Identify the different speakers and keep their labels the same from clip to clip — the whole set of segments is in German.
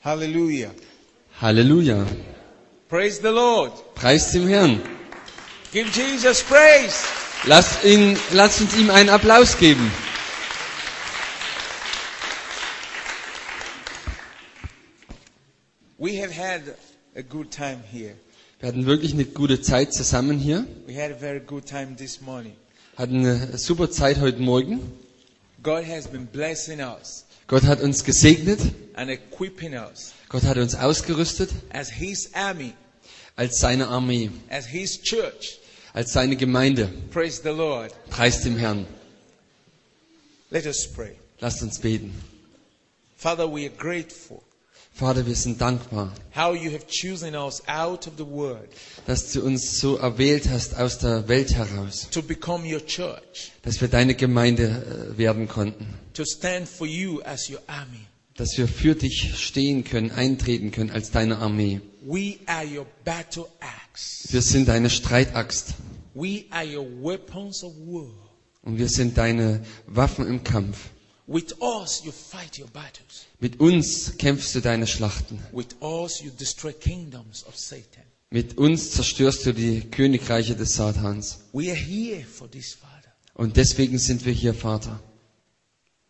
Speaker 1: Hallelujah.
Speaker 2: Halleluja.
Speaker 1: Praise the Lord.
Speaker 2: Preist dem Herrn.
Speaker 1: Give Jesus praise.
Speaker 2: Lasst, ihn, lasst uns ihm einen Applaus geben.
Speaker 1: We have had a good time here.
Speaker 2: Wir hatten wirklich eine gute Zeit zusammen hier.
Speaker 1: We had a very good time this morning.
Speaker 2: Hatten eine super Zeit heute Morgen.
Speaker 1: God has been blessing us
Speaker 2: Gott hat uns gesegnet.
Speaker 1: and equipping us
Speaker 2: Gott hat uns ausgerüstet
Speaker 1: as His army,
Speaker 2: als seine Armee,
Speaker 1: as His church.
Speaker 2: als seine Gemeinde.
Speaker 1: Praise the Lord.
Speaker 2: Preist dem Herrn.
Speaker 1: Let us pray.
Speaker 2: Lasst uns beten.
Speaker 1: Father, we are grateful
Speaker 2: Vater, wir sind dankbar,
Speaker 1: how you have chosen us out of the world
Speaker 2: dass du uns so erwählt hast aus der Welt heraus,
Speaker 1: to become your church,
Speaker 2: dass wir deine Gemeinde äh, werden konnten,
Speaker 1: to stand for you as your army.
Speaker 2: dass wir für dich stehen können, eintreten können als deine Armee.
Speaker 1: We are your battle axe.
Speaker 2: Wir sind deine Streitaxt
Speaker 1: We are your weapons of war.
Speaker 2: und wir sind deine Waffen im Kampf.
Speaker 1: With us, you fight your battles.
Speaker 2: Mit uns kämpfst du deine Schlachten.
Speaker 1: With us, you destroy kingdoms of Satan.
Speaker 2: Mit uns zerstörst du die Königreiche des Satans.
Speaker 1: We are here for this, Father,
Speaker 2: Und deswegen sind wir hier, Vater,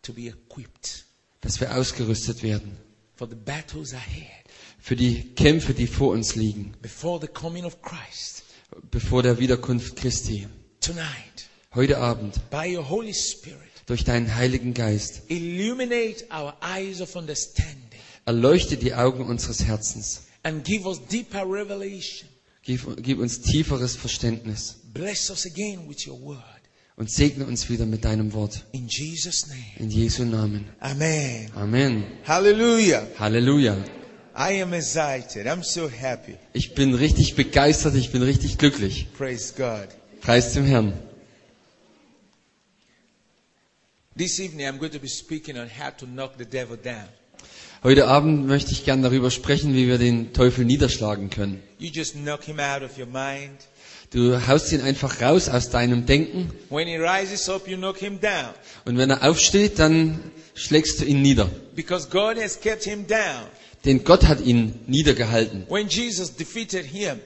Speaker 1: to be equipped
Speaker 2: dass wir ausgerüstet werden
Speaker 1: for the battles ahead
Speaker 2: für die Kämpfe, die vor uns liegen,
Speaker 1: before the coming of Christ.
Speaker 2: bevor der Wiederkunft Christi.
Speaker 1: Tonight,
Speaker 2: Heute Abend,
Speaker 1: by your Holy Spirit,
Speaker 2: durch deinen Heiligen Geist,
Speaker 1: illuminate our eyes of understanding
Speaker 2: erleuchte die Augen unseres Herzens.
Speaker 1: and give us deeper revelation.
Speaker 2: Gib, gib uns tieferes Verständnis
Speaker 1: Bless us again with your word.
Speaker 2: und segne uns wieder mit deinem Wort.
Speaker 1: In Jesus' name.
Speaker 2: In Jesu Namen.
Speaker 1: Amen.
Speaker 2: Amen.
Speaker 1: Hallelujah.
Speaker 2: Halleluja.
Speaker 1: I am excited. I'm so happy.
Speaker 2: Ich bin richtig begeistert, ich bin richtig glücklich.
Speaker 1: Praise God.
Speaker 2: Preis dem Herrn.
Speaker 1: This evening I'm going to be speaking on how to knock the devil down.
Speaker 2: Heute Abend möchte ich gern darüber sprechen, wie wir den Teufel niederschlagen können.
Speaker 1: You just knock him out of your mind.
Speaker 2: Du haust ihn einfach raus aus deinem Denken
Speaker 1: When he rises up, you knock him down.
Speaker 2: und wenn er aufsteht, dann schlägst du ihn nieder.
Speaker 1: Because God has kept him down.
Speaker 2: Denn Gott hat ihn niedergehalten,
Speaker 1: When Jesus defeated him.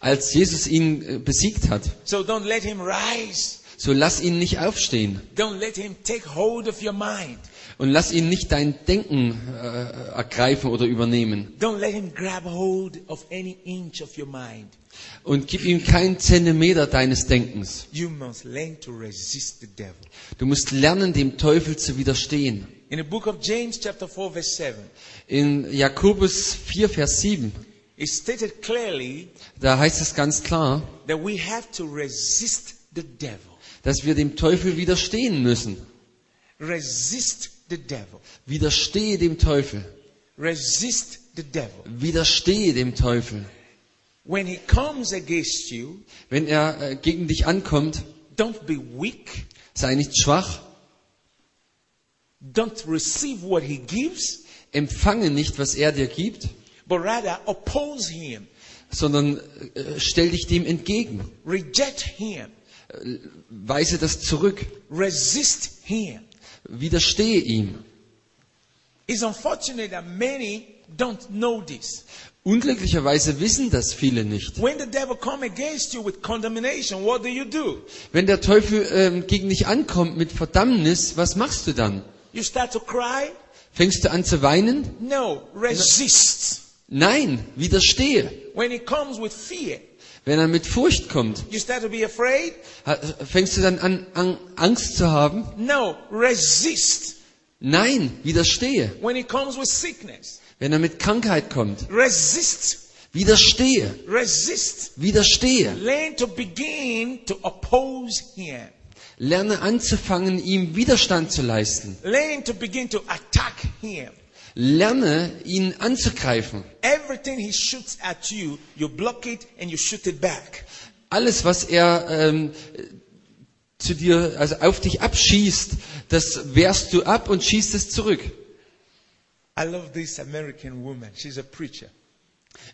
Speaker 2: als Jesus ihn äh, besiegt hat.
Speaker 1: So don't let him rise.
Speaker 2: So lass ihn nicht aufstehen
Speaker 1: Don't let him take hold of your mind.
Speaker 2: und lass ihn nicht dein Denken äh, ergreifen oder übernehmen.
Speaker 1: Don't let him grab hold of any inch of your mind.
Speaker 2: Und gib ihm keinen Zentimeter deines Denkens.
Speaker 1: You must learn to resist the devil.
Speaker 2: Du musst lernen, dem Teufel zu widerstehen.
Speaker 1: In the book of James, chapter 4, verse 7,
Speaker 2: In Jakobus 4, Vers 7,
Speaker 1: it stated clearly
Speaker 2: da heißt es ganz klar,
Speaker 1: that we have to resist the devil.
Speaker 2: dass wir dem Teufel widerstehen müssen.
Speaker 1: Resist the devil.
Speaker 2: Widerstehe dem Teufel.
Speaker 1: Resist the devil.
Speaker 2: Widerstehe dem Teufel.
Speaker 1: When he comes against you,
Speaker 2: Wenn er äh, gegen dich ankommt,
Speaker 1: don't be weak.
Speaker 2: sei nicht schwach,
Speaker 1: Don't receive what he gives,
Speaker 2: empfange nicht, was er dir gibt,
Speaker 1: but rather oppose him.
Speaker 2: sondern äh, stell dich dem entgegen.
Speaker 1: Reject him.
Speaker 2: Weise das zurück.
Speaker 1: Resist him.
Speaker 2: Widerstehe ihm.
Speaker 1: It's unfortunate that many don't know this.
Speaker 2: Unglücklicherweise wissen das viele nicht.
Speaker 1: When the devil come against you with condemnation, what do you do?
Speaker 2: Wenn der Teufel ähm, gegen dich ankommt mit Verdammnis, was machst du dann?
Speaker 1: You start to cry?
Speaker 2: Fängst du an zu weinen?
Speaker 1: No, resist.
Speaker 2: Nein, widerstehe.
Speaker 1: When he comes with fear,
Speaker 2: Wenn er mit Furcht kommt,
Speaker 1: you start to be afraid?
Speaker 2: ha- fängst du dann an, an Angst zu haben?
Speaker 1: No, resist.
Speaker 2: Nein, widerstehe.
Speaker 1: When he comes with sickness,
Speaker 2: Wenn er mit Krankheit kommt,
Speaker 1: resist.
Speaker 2: widerstehe,
Speaker 1: Resist.
Speaker 2: widerstehe.
Speaker 1: Learn to begin to oppose him.
Speaker 2: Lerne anzufangen, ihm Widerstand zu leisten.
Speaker 1: Learn to begin to attack him.
Speaker 2: Lerne, ihn anzugreifen.
Speaker 1: Everything he shoots at you, you block it and you shoot it back.
Speaker 2: Alles, was er ähm, zu dir, also auf dich abschießt, das wehrst du ab und schießt es zurück.
Speaker 1: I love this American woman. She's a preacher.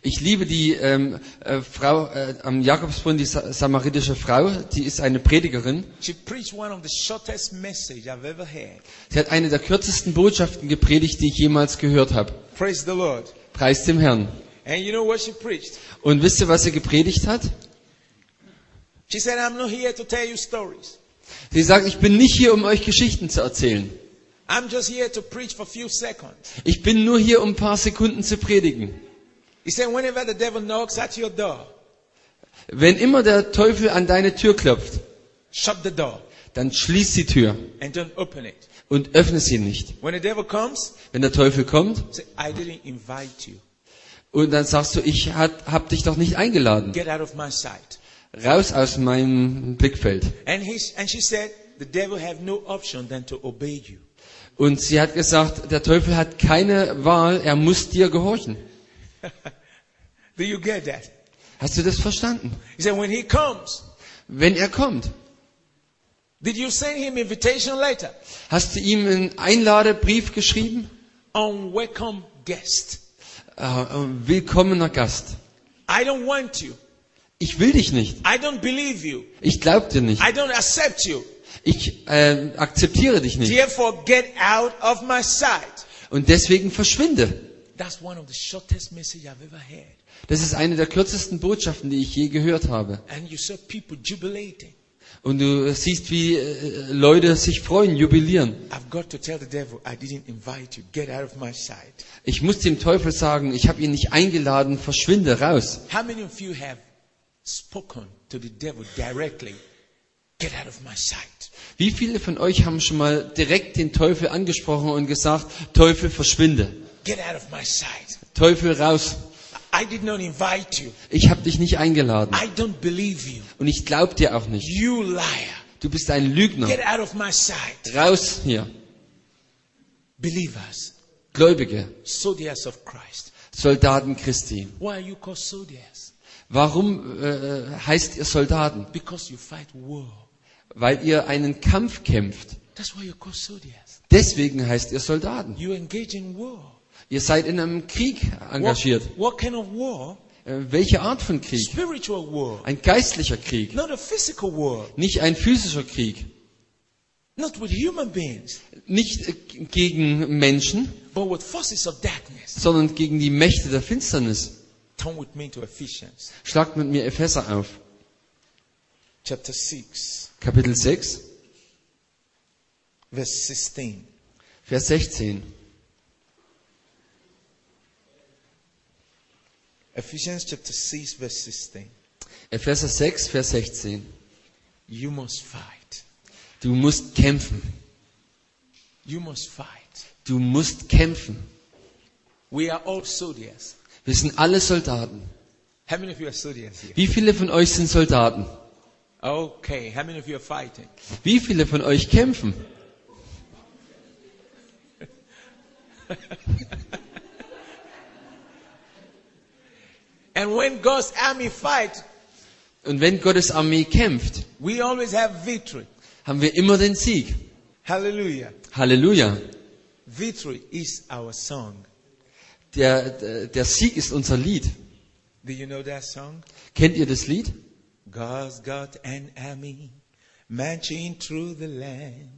Speaker 2: Ich liebe die ähm, äh, Frau äh, am Jakobsbrunnen, die Sa samaritische Frau, die ist eine Predigerin.
Speaker 1: She preached one of the shortest message I've ever heard.
Speaker 2: Sie hat eine der kürzesten Botschaften gepredigt, die ich jemals gehört habe.
Speaker 1: Praise the Lord.
Speaker 2: Preis dem Herrn.
Speaker 1: And you know what she preached?
Speaker 2: Und wisst ihr, was sie gepredigt hat?
Speaker 1: She said, I'm not here to tell you stories.
Speaker 2: Sie sagt, ich bin nicht hier, um euch Geschichten zu erzählen.
Speaker 1: I'm just here to preach for a few seconds.
Speaker 2: Ich bin nur hier, um ein paar Sekunden zu predigen.
Speaker 1: He said, whenever the devil knocks at your door,
Speaker 2: Wenn immer der Teufel an deine Tür klopft,
Speaker 1: shut the door
Speaker 2: dann schließ die Tür
Speaker 1: and don't open it.
Speaker 2: und öffne sie nicht.
Speaker 1: When the devil comes,
Speaker 2: Wenn der Teufel kommt
Speaker 1: say, I didn't invite you.
Speaker 2: und dann sagst du, ich hat, hab dich doch nicht eingeladen.
Speaker 1: Get out of my sight.
Speaker 2: Raus aus meinem Blickfeld.
Speaker 1: And, he, and she said, the devil have no option than to obey you.
Speaker 2: Und sie hat gesagt, der Teufel hat keine Wahl, er muss dir gehorchen.
Speaker 1: Do you get that?
Speaker 2: Hast du das verstanden?
Speaker 1: He said, when he comes,
Speaker 2: Wenn er kommt,
Speaker 1: did you send him invitation later?
Speaker 2: hast du ihm einen Einladebrief geschrieben?
Speaker 1: Unwelcome guest.
Speaker 2: Äh, willkommener Gast.
Speaker 1: I don't want you.
Speaker 2: Ich will dich nicht.
Speaker 1: I don't believe you.
Speaker 2: Ich glaub dir nicht.
Speaker 1: I don't accept you.
Speaker 2: Ich äh, akzeptiere dich nicht.
Speaker 1: Therefore, get out of my sight.
Speaker 2: Und deswegen verschwinde.
Speaker 1: That's one of the shortest message I've ever heard.
Speaker 2: Das ist eine der kürzesten Botschaften, die ich je gehört habe.
Speaker 1: And you saw people jubilating.
Speaker 2: Und du siehst, wie äh, Leute sich freuen, jubilieren.
Speaker 1: I've got to tell the devil, I didn't invite you. Get out of my sight.
Speaker 2: Ich muss dem Teufel sagen, ich habe ihn nicht eingeladen, verschwinde raus.
Speaker 1: How many of you have spoken to the devil directly? Get out of my sight.
Speaker 2: Wie viele von euch haben schon mal direkt den Teufel angesprochen und gesagt, Teufel verschwinde,
Speaker 1: Get out of my sight.
Speaker 2: Teufel raus,
Speaker 1: I did not invite you.
Speaker 2: ich habe dich nicht eingeladen
Speaker 1: I don't believe you.
Speaker 2: und ich glaub dir auch nicht.
Speaker 1: You liar.
Speaker 2: Du bist ein Lügner.
Speaker 1: Get out of my sight.
Speaker 2: Raus hier.
Speaker 1: Believers,
Speaker 2: Gläubige,
Speaker 1: soldiers of Christ.
Speaker 2: Soldaten Christi.
Speaker 1: Why are you called soldiers?
Speaker 2: Warum äh, heißt ihr Soldaten?
Speaker 1: Because you fight war.
Speaker 2: Weil ihr einen Kampf kämpft.
Speaker 1: That's why you're called soldiers.
Speaker 2: Deswegen heißt ihr Soldaten.
Speaker 1: You engage in war.
Speaker 2: Ihr seid in einem Krieg
Speaker 1: What,
Speaker 2: engagiert.
Speaker 1: what kind of war?
Speaker 2: Äh, welche Art von Krieg?
Speaker 1: Spiritual war.
Speaker 2: Ein geistlicher Krieg,
Speaker 1: Not a physical war.
Speaker 2: nicht ein physischer Krieg,
Speaker 1: Not with human beings,
Speaker 2: nicht äh, gegen Menschen,
Speaker 1: but with forces of darkness.
Speaker 2: sondern gegen die Mächte der Finsternis.
Speaker 1: Turn with me to Ephesians
Speaker 2: Schlagt mit mir Epheser auf,
Speaker 1: chapter 6,
Speaker 2: Kapitel 6,
Speaker 1: verse 16.
Speaker 2: Vers 16.
Speaker 1: Ephesians chapter 6, verse 16.
Speaker 2: Epheser 6, Vers 16.
Speaker 1: You must fight.
Speaker 2: Du musst kämpfen.
Speaker 1: You must fight.
Speaker 2: Du musst kämpfen.
Speaker 1: We are all soldiers.
Speaker 2: Wir sind alle Soldaten.
Speaker 1: How many of you are soldiers here?
Speaker 2: Wie viele von euch sind Soldaten?
Speaker 1: Okay, how many of you are fighting?
Speaker 2: Wie viele von euch kämpfen?
Speaker 1: And when God's army fight,
Speaker 2: Und wenn Gottes Armee kämpft,
Speaker 1: we always have victory.
Speaker 2: haben wir immer den Sieg.
Speaker 1: Hallelujah.
Speaker 2: Halleluja.
Speaker 1: Victory is our song.
Speaker 2: Der, der, der Sieg ist unser Lied.
Speaker 1: Do you know that song?
Speaker 2: Kennt ihr das Lied?
Speaker 1: God's got an army marching through the land.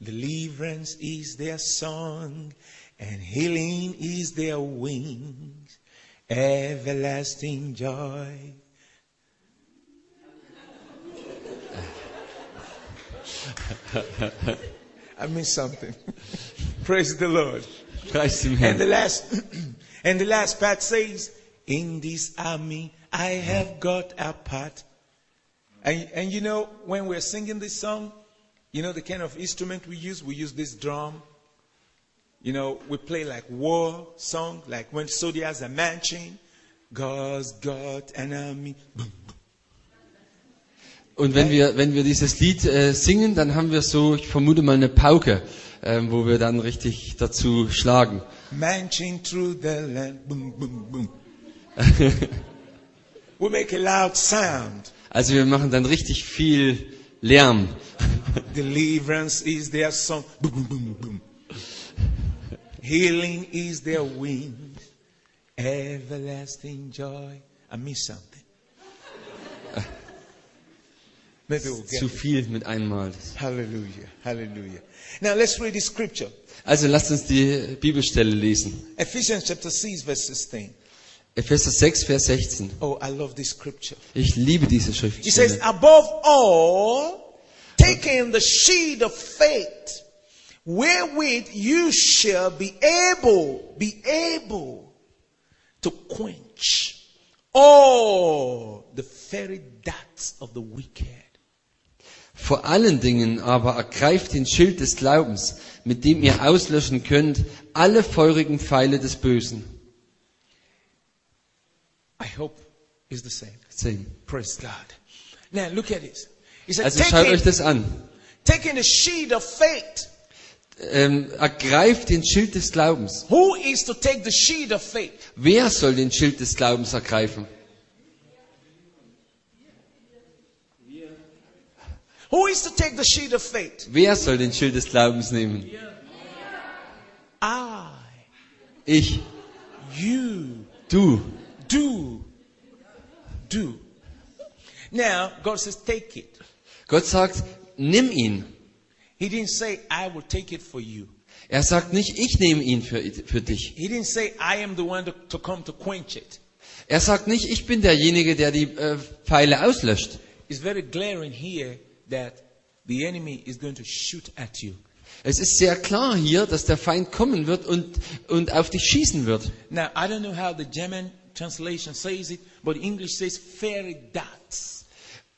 Speaker 1: Deliverance is their song, and healing is their wings. Everlasting joy. I missed something. Praise the Lord.
Speaker 2: Preis dem
Speaker 1: And the
Speaker 2: Herrn.
Speaker 1: last and the last part says, In this army I have got a part. And and you know, when we're singing this song, you know the kind of instrument we use? We use this drum. You know, we play like war song, like when soldiers are marching. God's got an army.
Speaker 2: Und wenn wir, wenn wir dieses Lied äh, singen, dann haben wir so, ich vermute mal, eine Pauke, ähm, wo wir dann richtig dazu schlagen.
Speaker 1: Marching through the land. Boom, boom, boom. we make a loud sound.
Speaker 2: Also wir machen dann richtig viel Lärm.
Speaker 1: Deliverance is their song. Boom, boom, boom, boom. Healing is their wings. Everlasting joy. I missed something. Maybe we'll get
Speaker 2: Zu
Speaker 1: it.
Speaker 2: viel mit einmal.
Speaker 1: Hallelujah. Hallelujah. Now let's read the scripture.
Speaker 2: Also lasst uns die Bibelstelle lesen.
Speaker 1: Ephesians chapter 6, verse 16.
Speaker 2: Epheser 6, Vers 16.
Speaker 1: Oh, I love this scripture.
Speaker 2: Ich liebe diese
Speaker 1: He says,
Speaker 2: Schriftstelle.
Speaker 1: above all, taking the shield of faith, wherewith you shall be able, be able to quench all the fiery darts of the wicked.
Speaker 2: Vor allen Dingen aber ergreift den Schild des Glaubens, mit dem ihr auslöschen könnt alle feurigen Pfeile des Bösen.
Speaker 1: I hope it's the same.
Speaker 2: Zehn.
Speaker 1: Praise God. Now look at this. He said,
Speaker 2: Also schaut euch
Speaker 1: taking,
Speaker 2: das an.
Speaker 1: taking the shield of faith.
Speaker 2: Ähm, ergreift den Schild des Glaubens.
Speaker 1: Who is to take the shield of faith?
Speaker 2: Wer soll den Schild des Glaubens ergreifen?
Speaker 1: Who is to take the shield of faith?
Speaker 2: Wer soll den Schild des Glaubens nehmen?
Speaker 1: I,
Speaker 2: Ich,
Speaker 1: you,
Speaker 2: du.
Speaker 1: do, do. Now, God says, take it.
Speaker 2: Gott sagt, nimm ihn.
Speaker 1: He didn't say, I will take it for you.
Speaker 2: Er sagt nicht, ich nehme ihn für, für dich.
Speaker 1: He didn't say, I am the one to, to come to quench it.
Speaker 2: Er sagt nicht, ich bin derjenige, der die äh, Pfeile auslöscht.
Speaker 1: It's very glaring here that the enemy is going to shoot at you.
Speaker 2: Es ist sehr klar hier, dass der Feind kommen wird und, und auf dich schießen wird.
Speaker 1: Now, I don't know how the German translation says it, but English says fairy darts.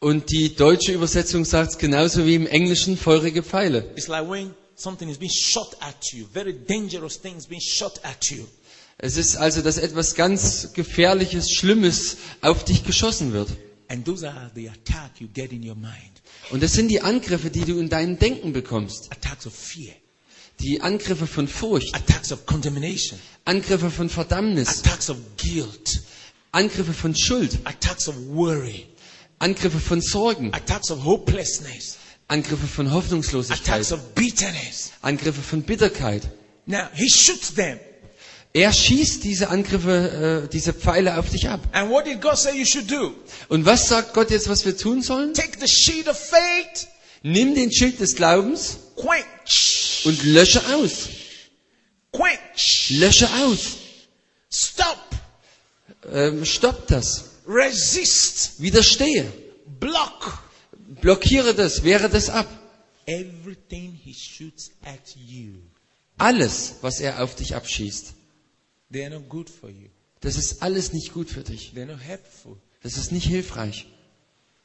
Speaker 2: Und die deutsche Übersetzung sagt es genauso wie im Englischen feurige Pfeile.
Speaker 1: It's like when something is being shot at you, very dangerous things being shot at you.
Speaker 2: Es ist also, dass etwas ganz Gefährliches, Schlimmes auf dich geschossen wird.
Speaker 1: And those are the attack you get in your mind.
Speaker 2: Und das sind die Angriffe, die du in deinem Denken bekommst.
Speaker 1: Attacks of fear,
Speaker 2: Die Angriffe von Furcht,
Speaker 1: attacks of condemnation,
Speaker 2: Angriffe von Verdammnis,
Speaker 1: attacks of guilt,
Speaker 2: Angriffe von Schuld,
Speaker 1: attacks of worry,
Speaker 2: Angriffe von Sorgen,
Speaker 1: attacks of hopelessness,
Speaker 2: Angriffe von
Speaker 1: attacks
Speaker 2: Hoffnungslosigkeit,
Speaker 1: of bitterness.
Speaker 2: Angriffe von Bitterkeit.
Speaker 1: Now, he shoots them.
Speaker 2: Er schießt diese Angriffe, äh, diese Pfeile auf dich ab.
Speaker 1: And what did God say you should do?
Speaker 2: Und was sagt Gott jetzt, was wir tun sollen?
Speaker 1: Take the shield of faith,
Speaker 2: Nimm den Schild des Glaubens
Speaker 1: quench,
Speaker 2: und lösche aus.
Speaker 1: quench,
Speaker 2: Lösche aus.
Speaker 1: stop,
Speaker 2: Ähm, stopp das.
Speaker 1: resist,
Speaker 2: Widerstehe.
Speaker 1: block
Speaker 2: Blockiere das. Wehre das ab.
Speaker 1: everything he shoots at you.
Speaker 2: Alles, was er auf dich abschießt.
Speaker 1: They are not good for you.
Speaker 2: Das ist alles nicht gut für dich.
Speaker 1: They're not helpful.
Speaker 2: Das ist nicht hilfreich.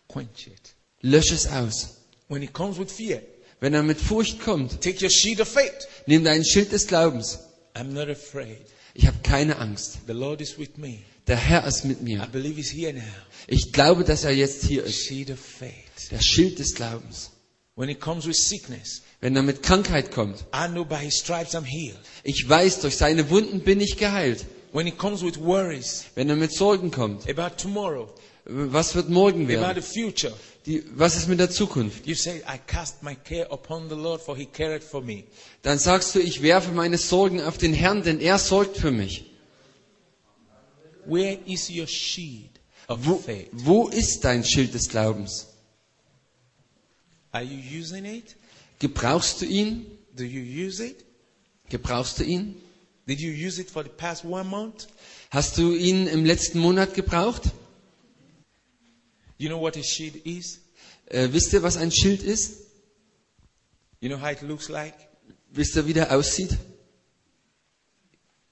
Speaker 1: Quench it.
Speaker 2: Lösch es aus.
Speaker 1: When it comes with fear,
Speaker 2: Wenn er mit Furcht kommt,
Speaker 1: take your shield of faith.
Speaker 2: nimm dein Schild des Glaubens.
Speaker 1: I'm not afraid.
Speaker 2: Ich habe keine Angst.
Speaker 1: The Lord is with me.
Speaker 2: Der Herr ist mit
Speaker 1: I
Speaker 2: mir.
Speaker 1: believe He's here now.
Speaker 2: Ich glaube, dass er jetzt hier ist.
Speaker 1: Shield of faith.
Speaker 2: Der Schild des Glaubens.
Speaker 1: When it comes with sickness,
Speaker 2: Wenn er mit Krankheit kommt,
Speaker 1: I know by His stripes I'm healed.
Speaker 2: ich weiß, durch seine Wunden bin ich geheilt.
Speaker 1: When it comes with worries
Speaker 2: Wenn er mit Sorgen kommt,
Speaker 1: about tomorrow,
Speaker 2: was wird morgen
Speaker 1: about the
Speaker 2: werden?
Speaker 1: future,
Speaker 2: Die, was ist mit der Zukunft?
Speaker 1: you say, I cast my care upon the Lord for He careth for me.
Speaker 2: Dann sagst du, ich werfe meine Sorgen auf den Herrn, denn er sorgt für mich.
Speaker 1: Where is your shield of
Speaker 2: Wo,
Speaker 1: faith?
Speaker 2: wo ist dein Schild des Glaubens?
Speaker 1: Are you using it?
Speaker 2: Gebrauchst du ihn?
Speaker 1: Do you use it?
Speaker 2: Gebrauchst du ihn?
Speaker 1: Did you use it for the past one month?
Speaker 2: Hast du ihn im letzten Monat gebraucht?
Speaker 1: You know what a shield is?
Speaker 2: Äh, wisst ihr, was ein Schild ist?
Speaker 1: You know how it looks like?
Speaker 2: Wisst ihr, wie der aussieht?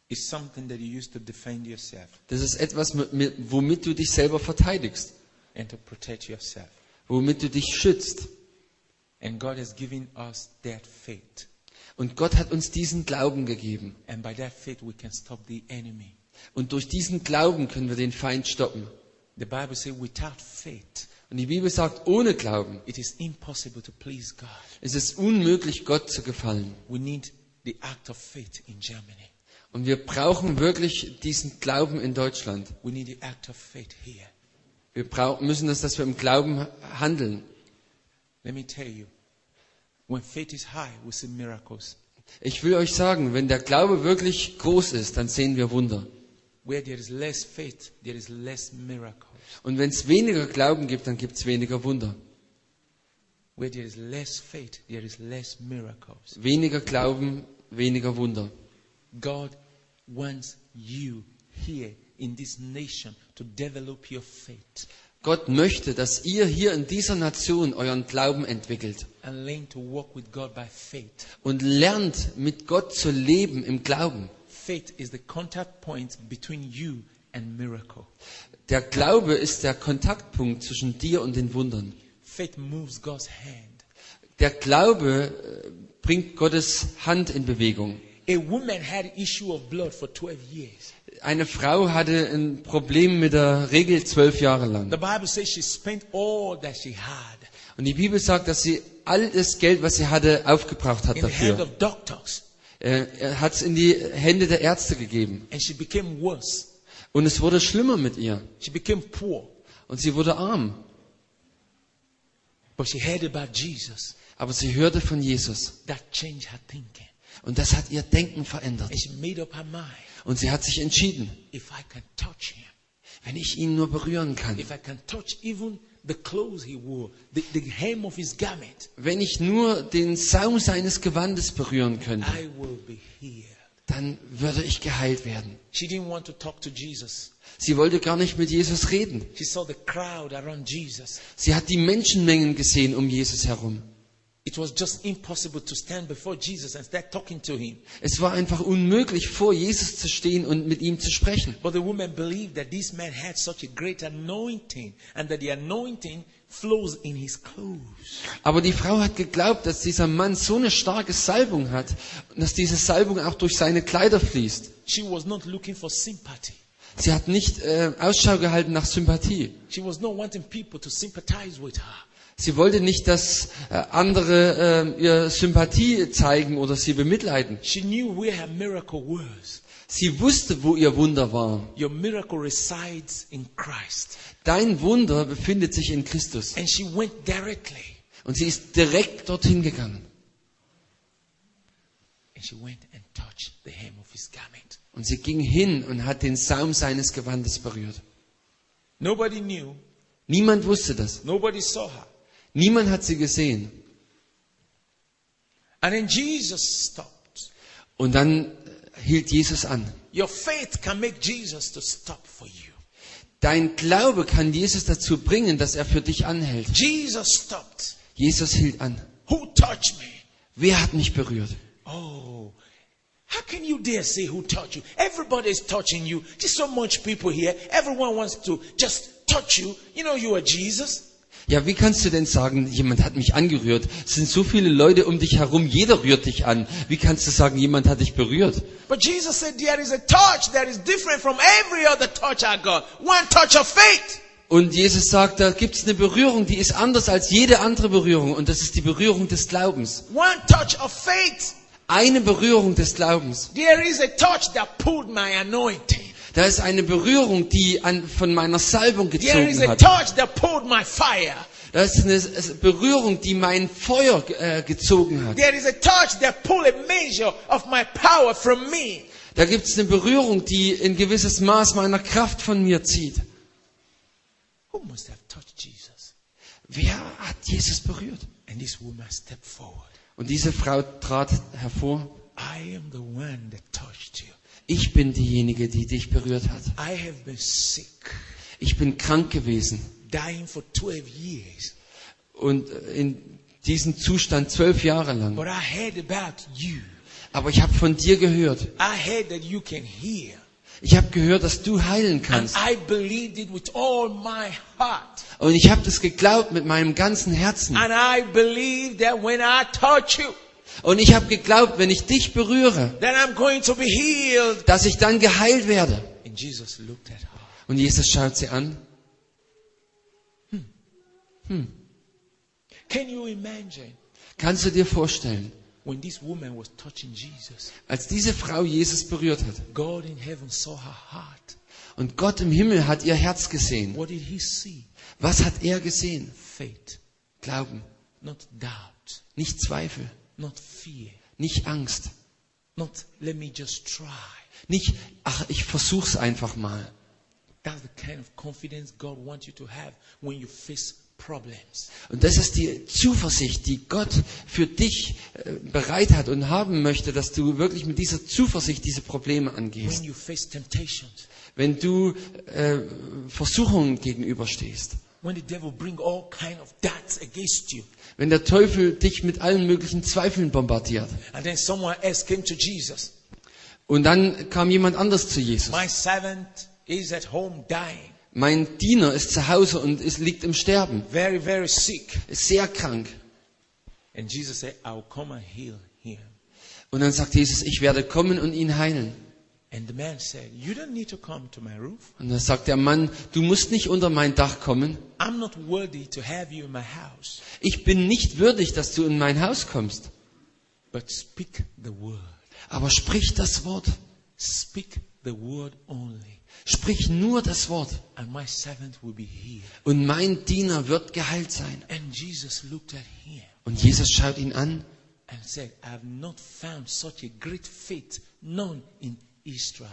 Speaker 1: It's something that you use to defend yourself
Speaker 2: Das ist etwas, mit- mit- womit du dich selber verteidigst,
Speaker 1: and to protect yourself.
Speaker 2: womit du dich schützt.
Speaker 1: And God has given us that faith.
Speaker 2: Und Gott hat uns diesen Glauben gegeben.
Speaker 1: And by that faith, we can stop the enemy.
Speaker 2: Und durch diesen Glauben können wir den Feind stoppen.
Speaker 1: The Bible says, without faith,
Speaker 2: Und die Bibel sagt, ohne Glauben
Speaker 1: it is impossible to please God.
Speaker 2: ist es unmöglich, Gott zu gefallen.
Speaker 1: We need the act of faith in Germany.
Speaker 2: Und wir brauchen wirklich diesen Glauben in Deutschland.
Speaker 1: We need the act of faith here.
Speaker 2: Wir brauchen, müssen das, dass wir im Glauben handeln.
Speaker 1: Let me tell you, when faith is high, we see miracles.
Speaker 2: Ich will euch sagen, wenn der Glaube wirklich groß ist, dann sehen wir Wunder.
Speaker 1: Where there is less faith, there is less miracles.
Speaker 2: Und wenn es weniger Glauben gibt, dann gibt es weniger Wunder.
Speaker 1: Where there is less faith, there is less miracles.
Speaker 2: Weniger Glauben, weniger Wunder.
Speaker 1: God wants you here in this nation to develop your faith
Speaker 2: Gott möchte, dass ihr hier in dieser Nation euren Glauben entwickelt
Speaker 1: and learn to walk with God by faith.
Speaker 2: und lernt, mit Gott zu leben im Glauben.
Speaker 1: Faith is the contact point between you and miracle.
Speaker 2: Der Glaube ist der Kontaktpunkt zwischen dir und den Wundern.
Speaker 1: Faith moves God's hand.
Speaker 2: Der Glaube äh, bringt Gottes Hand in Bewegung.
Speaker 1: A woman had issue of blood for 12 years.
Speaker 2: Eine Frau hatte ein Problem mit der Regel zwölf Jahre lang.
Speaker 1: The Bible says she spent all that she had
Speaker 2: Und die Bibel sagt, dass sie all das Geld, was sie hatte, aufgebracht hat
Speaker 1: in the hand
Speaker 2: dafür.
Speaker 1: of doctors
Speaker 2: Äh, Er hat es in die Hände der Ärzte gegeben.
Speaker 1: and she became worse.
Speaker 2: Und es wurde schlimmer mit ihr.
Speaker 1: She became poor,
Speaker 2: Und sie wurde arm.
Speaker 1: but she heard about Jesus.
Speaker 2: Aber sie hörte von Jesus.
Speaker 1: That changed her thinking.
Speaker 2: Und das hat ihr Denken verändert.
Speaker 1: And she made up her mind.
Speaker 2: Und sie hat sich entschieden,
Speaker 1: If I can touch him,
Speaker 2: wenn ich ihn nur berühren kann,
Speaker 1: if I can touch even the clothes he wore, the, the hem of his garment,
Speaker 2: wenn ich nur den Saum seines Gewandes berühren könnte,
Speaker 1: I will be healed.
Speaker 2: dann würde ich geheilt werden.
Speaker 1: She didn't want to talk to Jesus.
Speaker 2: Sie wollte gar nicht mit Jesus reden.
Speaker 1: She saw the crowd around Jesus.
Speaker 2: Sie hat die Menschenmengen gesehen um Jesus herum.
Speaker 1: It was just impossible to stand before Jesus and start talking to him.
Speaker 2: Es war einfach unmöglich, vor Jesus zu stehen und mit ihm zu sprechen.
Speaker 1: But the woman believed that this man had such a great anointing and that the anointing flows in his clothes.
Speaker 2: Aber die Frau hat geglaubt, dass dieser Mann so eine starke Salbung hat und dass diese Salbung auch durch seine Kleider fließt.
Speaker 1: She was not looking for sympathy.
Speaker 2: Sie hat nicht äh, Ausschau gehalten nach Sympathie.
Speaker 1: She was not wanting people to sympathize with her.
Speaker 2: Sie wollte nicht, dass äh, andere äh, ihr Sympathie zeigen oder sie bemitleiden.
Speaker 1: She knew where her miracle was.
Speaker 2: Sie wusste, wo ihr Wunder war.
Speaker 1: Your miracle resides in Christ.
Speaker 2: Dein Wunder befindet sich in Christus.
Speaker 1: And she went directly.
Speaker 2: Und sie ist direkt dorthin gegangen.
Speaker 1: And she went and touched the hem of his garment.
Speaker 2: Und sie ging hin und hat den Saum seines Gewandes berührt.
Speaker 1: Nobody knew.
Speaker 2: Niemand wusste das.
Speaker 1: Nobody saw her.
Speaker 2: Niemand hat sie gesehen.
Speaker 1: And then Jesus stopped.
Speaker 2: Und dann äh, hielt Jesus an.
Speaker 1: Your faith can make Jesus to stop for you.
Speaker 2: Dein Glaube kann Jesus dazu bringen, dass er für dich anhält.
Speaker 1: Jesus stopped.
Speaker 2: Jesus hielt an.
Speaker 1: Who touched me?
Speaker 2: Wer hat mich berührt?
Speaker 1: Oh, how can you dare say who touched you? Everybody's touching you. There's so much people here. Everyone wants to just touch you. You know you are Jesus.
Speaker 2: Ja, wie kannst du denn sagen, jemand hat mich angerührt? Es sind so viele Leute um dich herum, jeder rührt dich an. Wie kannst du sagen, jemand hat dich berührt?
Speaker 1: But Jesus said there is a touch that is different from every other touch I got. One touch of faith.
Speaker 2: Und Jesus sagt, da gibt's eine Berührung, die ist anders als jede andere Berührung. Und das ist die Berührung des Glaubens.
Speaker 1: One touch of faith.
Speaker 2: Eine Berührung des Glaubens.
Speaker 1: There is a touch that pulled my anointing.
Speaker 2: Da ist eine Berührung, die an, von meiner Salbung
Speaker 1: There is
Speaker 2: gezogen
Speaker 1: a
Speaker 2: hat.
Speaker 1: touch that pulled my fire.
Speaker 2: Da ist eine S- Berührung, die mein Feuer äh, gezogen hat.
Speaker 1: There is a touch that pulled a measure of my power from me.
Speaker 2: Da gibt's eine Berührung, die ein gewisses Maß meiner Kraft von mir zieht.
Speaker 1: Who must have touched Jesus?
Speaker 2: Wer hat Jesus berührt?
Speaker 1: And this woman stepped forward.
Speaker 2: Und diese Frau trat hervor.
Speaker 1: I am the one that touched you.
Speaker 2: Ich bin diejenige, die dich berührt hat.
Speaker 1: I have been sick,
Speaker 2: Ich bin krank gewesen
Speaker 1: dying for 12 years,
Speaker 2: und in diesem Zustand zwölf Jahre lang.
Speaker 1: but I heard about you.
Speaker 2: Aber ich habe von dir gehört.
Speaker 1: I heard that you can heal.
Speaker 2: Ich habe gehört, dass du heilen
Speaker 1: And
Speaker 2: kannst.
Speaker 1: I believed it with all my heart.
Speaker 2: Und ich habe das geglaubt mit meinem ganzen Herzen.
Speaker 1: And I believe that when I touch you,
Speaker 2: Und ich habe geglaubt, wenn ich dich berühre,
Speaker 1: that I'm going to be healed.
Speaker 2: dass ich dann geheilt werde.
Speaker 1: And Jesus looked at her.
Speaker 2: Und Jesus schaut sie an.
Speaker 1: Can you imagine
Speaker 2: Kannst du dir vorstellen,
Speaker 1: when this woman was touching Jesus?
Speaker 2: als diese Frau Jesus berührt hat
Speaker 1: God in heaven saw her heart.
Speaker 2: und Gott im Himmel hat ihr Herz gesehen,
Speaker 1: What did he see?
Speaker 2: was hat er gesehen?
Speaker 1: Faith,
Speaker 2: Glauben,
Speaker 1: not doubt,
Speaker 2: nicht Zweifel,
Speaker 1: not fear,
Speaker 2: nicht Angst,
Speaker 1: not let me just try.
Speaker 2: nicht, ach, ich versuch's einfach mal.
Speaker 1: That's the kind of confidence God wants you to have when you face problems.
Speaker 2: Und das ist die Zuversicht, die Gott für dich äh, bereit hat und haben möchte, dass du wirklich mit dieser Zuversicht diese Probleme angehst.
Speaker 1: When you face temptations,
Speaker 2: Wenn du äh, Versuchungen gegenüberstehst,
Speaker 1: when the devil bring all kind of darts against you,
Speaker 2: wenn der Teufel dich mit allen möglichen Zweifeln bombardiert
Speaker 1: and then someone else came to Jesus.
Speaker 2: und dann kam jemand anders zu Jesus.
Speaker 1: My servant is at home dying,
Speaker 2: Mein Diener ist zu Hause und ist, liegt im Sterben,
Speaker 1: very, very sick.
Speaker 2: ist sehr krank.
Speaker 1: And Jesus said, I'll come and heal him.
Speaker 2: Und dann sagt Jesus, ich werde kommen und ihn heilen.
Speaker 1: And the man said, You don't need to come to my roof.
Speaker 2: Und dann sagt der Mann, du musst nicht unter mein Dach kommen.
Speaker 1: I'm not worthy to have you in my house,
Speaker 2: Ich bin nicht würdig, dass du in mein Haus kommst.
Speaker 1: but speak the word.
Speaker 2: Aber sprich das Wort.
Speaker 1: Speak the word only,
Speaker 2: Sprich nur das Wort.
Speaker 1: and my servant will be healed.
Speaker 2: Und mein Diener wird geheilt sein.
Speaker 1: And Jesus looked at him
Speaker 2: Und Jesus schaut ihn an
Speaker 1: and said, I have not found such a great faith, none in Israel.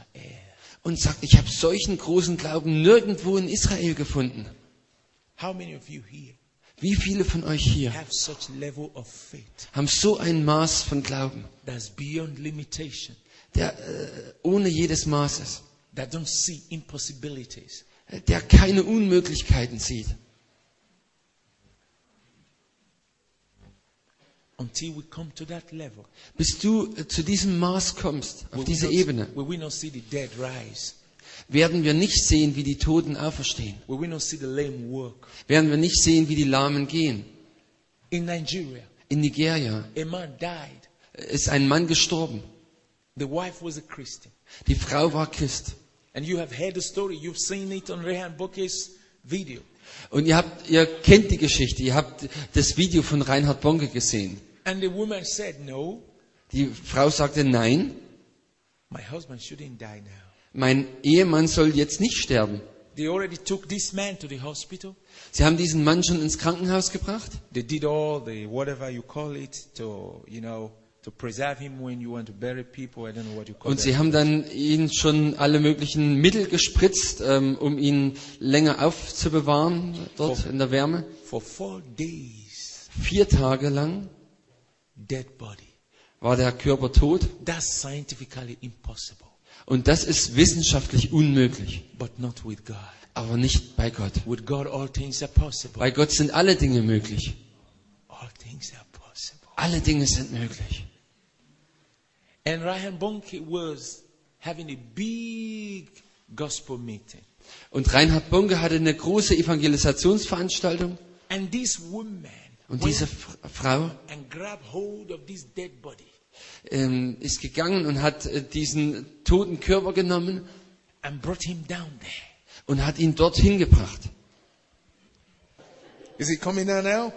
Speaker 2: und sagt, ich habe solchen großen Glauben nirgendwo in Israel gefunden.
Speaker 1: How many of you here
Speaker 2: Wie viele von euch hier
Speaker 1: have such level of faith
Speaker 2: haben so ein Maß von Glauben,
Speaker 1: that's beyond limitation,
Speaker 2: der äh, ohne jedes Maß ist,
Speaker 1: that don't see impossibilities?
Speaker 2: äh, der keine Unmöglichkeiten sieht?
Speaker 1: Until we come to that level,
Speaker 2: Bis du äh, zu diesem Maß kommst, auf
Speaker 1: will
Speaker 2: diese
Speaker 1: we, not,
Speaker 2: Ebene,
Speaker 1: will we not see the dead rise?
Speaker 2: werden wir nicht sehen, wie die Toten auferstehen.
Speaker 1: Will we not see the lame walk?
Speaker 2: Werden wir nicht sehen, wie die Lahmen gehen.
Speaker 1: In Nigeria,
Speaker 2: In Nigeria
Speaker 1: a man died.
Speaker 2: ist ein Mann gestorben.
Speaker 1: The wife was a Christian.
Speaker 2: Die Frau war Christ.
Speaker 1: And you have heard the story, you've seen it on Rehan Boke's video.
Speaker 2: Und ihr habt, ihr kennt die Geschichte. Ihr habt das Video von Reinhard Bonke gesehen.
Speaker 1: And the woman said, No,
Speaker 2: Die Frau sagte, nein,
Speaker 1: my husband shouldn't die now.
Speaker 2: mein Ehemann soll jetzt nicht sterben.
Speaker 1: They already took this man to the hospital.
Speaker 2: Sie haben diesen Mann schon ins Krankenhaus gebracht.
Speaker 1: They did all the whatever you call it to, you know, to preserve him when you want to bury people. I don't know what you call
Speaker 2: Und sie
Speaker 1: it.
Speaker 2: haben dann ihn schon alle möglichen Mittel gespritzt, ähm, um ihn länger aufzubewahren, dort in der Wärme.
Speaker 1: For four days,
Speaker 2: Vier Tage lang
Speaker 1: dead body.
Speaker 2: war der Körper tot.
Speaker 1: That's scientifically impossible,
Speaker 2: Und das ist wissenschaftlich unmöglich.
Speaker 1: but not with God.
Speaker 2: Aber nicht bei Gott.
Speaker 1: With God, all things are possible.
Speaker 2: Bei Gott sind alle Dinge möglich.
Speaker 1: All things are possible.
Speaker 2: Alle Dinge sind möglich.
Speaker 1: And Ryan Bonke was having a big gospel meeting.
Speaker 2: Und Reinhard Bonke hatte eine große Evangelisationsveranstaltung.
Speaker 1: And this woman
Speaker 2: Und
Speaker 1: went
Speaker 2: diese F Frau
Speaker 1: and grabbed hold of this dead body
Speaker 2: ähm, ist gegangen und hat äh, diesen toten Körper genommen
Speaker 1: and brought him down there.
Speaker 2: und hat ihn dorthin gebracht.
Speaker 1: Is he coming down now?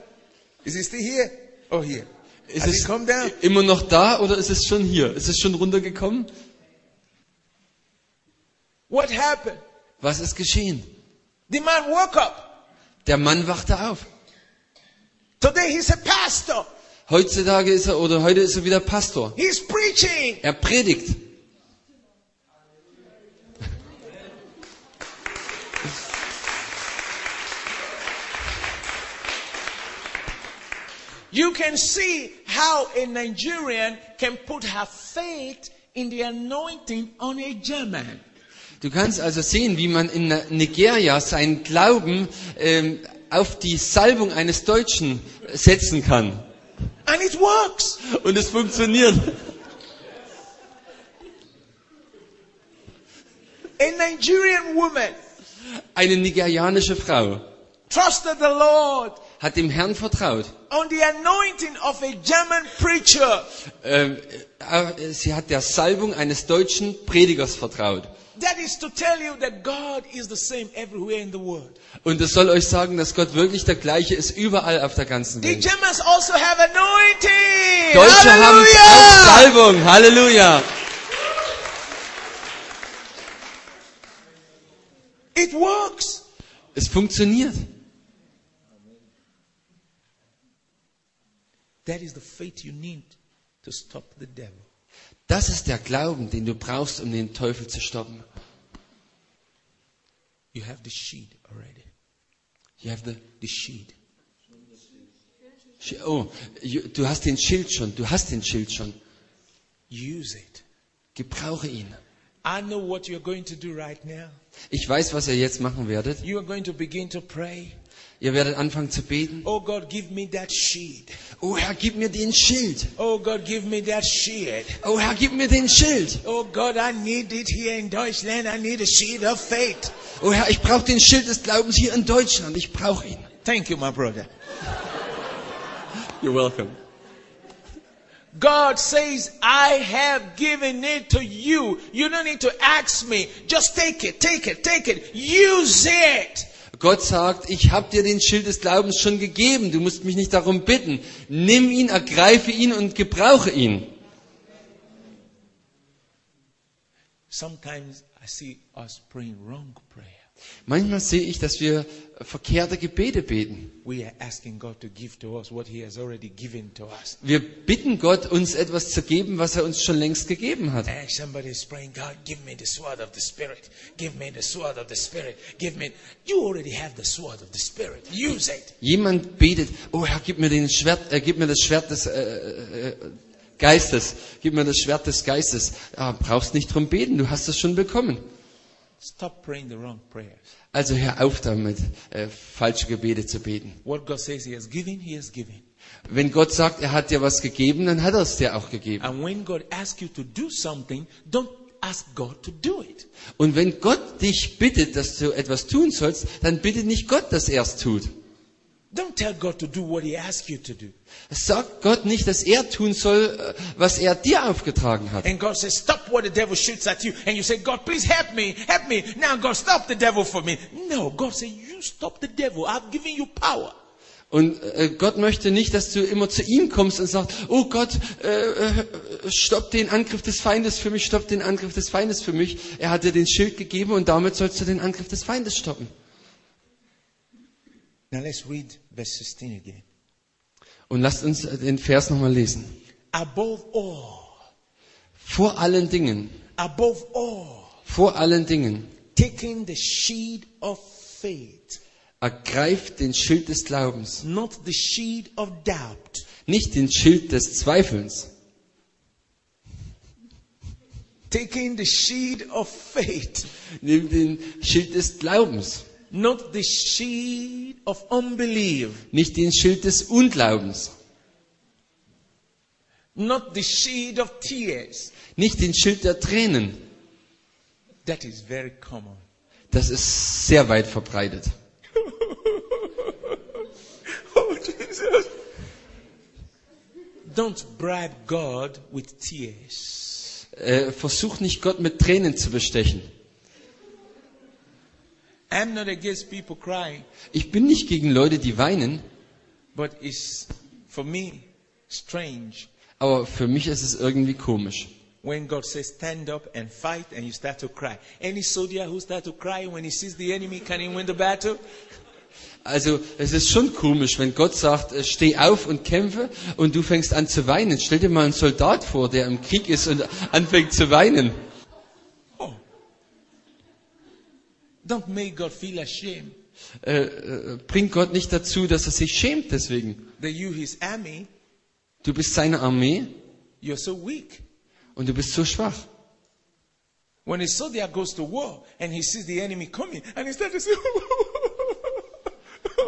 Speaker 1: Is he still here? Or here?
Speaker 2: Ist
Speaker 1: Also
Speaker 2: es immer noch da oder ist es schon hier? Ist es schon runtergekommen?
Speaker 1: What happened?
Speaker 2: Was ist geschehen?
Speaker 1: The man woke up.
Speaker 2: Der Mann wachte auf.
Speaker 1: Today he's a pastor.
Speaker 2: Heutzutage ist er oder heute ist er wieder Pastor.
Speaker 1: He's preaching.
Speaker 2: Er predigt.
Speaker 1: You can see how a Nigerian can put her faith in the anointing on a German.
Speaker 2: Du kannst also sehen, wie man in Nigeria seinen Glauben ähm, auf die Salbung eines Deutschen setzen kann.
Speaker 1: And it works.
Speaker 2: Und es funktioniert.
Speaker 1: A Nigerian woman
Speaker 2: Eine nigerianische Frau
Speaker 1: trusted the Lord
Speaker 2: hat dem Herrn vertraut.
Speaker 1: on the anointing of a German preacher.
Speaker 2: Ähm, äh, sie hat der Salbung eines deutschen Predigers vertraut.
Speaker 1: That is to tell you that God is the same everywhere in the world.
Speaker 2: Und es soll euch sagen, dass Gott wirklich der gleiche ist überall auf der ganzen
Speaker 1: The
Speaker 2: Welt.
Speaker 1: Germans also have anointing.
Speaker 2: Deutsche haben auch
Speaker 1: Hallelujah!
Speaker 2: Salbung. Halleluja.
Speaker 1: It works.
Speaker 2: Es funktioniert.
Speaker 1: That is the faith you need to stop the devil.
Speaker 2: Das ist der Glauben, den du brauchst, um den Teufel zu stoppen.
Speaker 1: You have the shield already.
Speaker 2: You have the
Speaker 1: the shield.
Speaker 2: Sch- Oh, you- du hast den Schild schon, du hast den Schild schon.
Speaker 1: Use it.
Speaker 2: Gebrauche ihn.
Speaker 1: I know what you're going to do right now.
Speaker 2: Ich weiß, was ihr jetzt machen werdet.
Speaker 1: You are going to begin to pray.
Speaker 2: Ihr werdet anfangen zu beten.
Speaker 1: Oh God, give me that shield.
Speaker 2: Oh Herr, gib mir den Schild.
Speaker 1: Oh God, give me that shield.
Speaker 2: Oh Herr, gib mir den Schild.
Speaker 1: Oh God, I need it here in Deutschland. I need a shield of faith.
Speaker 2: Oh Herr, ich brauche den Schild des Glaubens hier in Deutschland. Ich brauche ihn.
Speaker 1: Thank you, my brother.
Speaker 2: You're welcome.
Speaker 1: God says, I have given it to you. You don't need to ask me. Just take it, take it, take it. Use it.
Speaker 2: Gott sagt, ich habe dir den Schild des Glaubens schon gegeben. Du musst mich nicht darum bitten. Nimm ihn, ergreife ihn und gebrauche ihn.
Speaker 1: Sometimes I see us praying wrong prayer.
Speaker 2: Manchmal sehe ich, dass wir verkehrte Gebete beten.
Speaker 1: We are asking God to give to us what He has already given to us.
Speaker 2: Wir bitten Gott, uns etwas zu geben, was er uns schon längst gegeben hat.
Speaker 1: And Eh, somebody is praying, God, give me the sword of the Spirit. Give me the sword of the Spirit. Give me. You already have the sword of the Spirit. Use it.
Speaker 2: Jemand betet, oh Herr, gib mir, den Schwert, äh, gib mir das Schwert des äh, äh, äh, Geistes, gib mir das Schwert des Geistes. Ja, brauchst nicht drum beten, du hast es schon bekommen.
Speaker 1: Stop praying the wrong prayers.
Speaker 2: Also hör auf damit, äh, falsche Gebete zu beten.
Speaker 1: What God says He has given, He has given.
Speaker 2: Wenn Gott sagt, er hat dir was gegeben, dann hat er es dir auch gegeben.
Speaker 1: And when God asks you to do something, don't ask God to do it.
Speaker 2: Und wenn Gott dich bittet, dass du etwas tun sollst, dann bitte nicht Gott, dass er es tut.
Speaker 1: Don't tell God to do what He asks you to do.
Speaker 2: Sag Gott nicht, dass er tun soll, äh, was er dir aufgetragen hat.
Speaker 1: And God says, Stop what the devil shoots at you. And you say, God, please help me, help me. Now, God, stop the devil for me. No, God says, You stop the devil. I've given you power.
Speaker 2: Und äh, Gott möchte nicht, dass du immer zu ihm kommst und sagst, oh Gott, äh, äh, stopp den Angriff des Feindes für mich, stopp den Angriff des Feindes für mich. Er hat dir den Schild gegeben und damit sollst du den Angriff des Feindes stoppen.
Speaker 1: Now, let's read verse 16 again.
Speaker 2: Und lasst uns äh, den Vers nochmal lesen.
Speaker 1: Above all,
Speaker 2: Vor allen Dingen,
Speaker 1: above all,
Speaker 2: vor allen Dingen,
Speaker 1: taking the shield of faith,
Speaker 2: ergreift den Schild des Glaubens,
Speaker 1: not the shield of doubt.
Speaker 2: nicht den Schild des Zweifelns.
Speaker 1: Taking the shield of faith.
Speaker 2: Nimm den Schild des Glaubens,
Speaker 1: not the shield of unbelief,
Speaker 2: nicht den Schild des Unglaubens,
Speaker 1: not the shield of tears.
Speaker 2: nicht den Schild der Tränen.
Speaker 1: That is very common.
Speaker 2: Das ist sehr weit verbreitet.
Speaker 1: Oh, Jesus. Don't bribe God with tears.
Speaker 2: Äh, versuch nicht Gott mit Tränen zu bestechen.
Speaker 1: I'm not against people crying,
Speaker 2: Ich bin nicht gegen Leute, die weinen,
Speaker 1: but it's, for me, strange
Speaker 2: aber für mich ist es irgendwie komisch.
Speaker 1: when God says stand up and fight and you start to cry. Any soldier who starts to cry when he sees the enemy, can he win the battle?
Speaker 2: Also es ist schon komisch, wenn Gott sagt, äh, steh auf und kämpfe und du fängst an zu weinen. Stell dir mal einen Soldat vor, der im Krieg ist und anfängt zu weinen.
Speaker 1: Oh. Don't make God feel ashamed
Speaker 2: Äh, äh, bringt Gott nicht dazu, dass er sich schämt deswegen.
Speaker 1: that you, his army,
Speaker 2: Du bist seine Armee
Speaker 1: You're so weak.
Speaker 2: und du bist so schwach.
Speaker 1: When a soldier goes to war and he sees the enemy coming and he starts to say,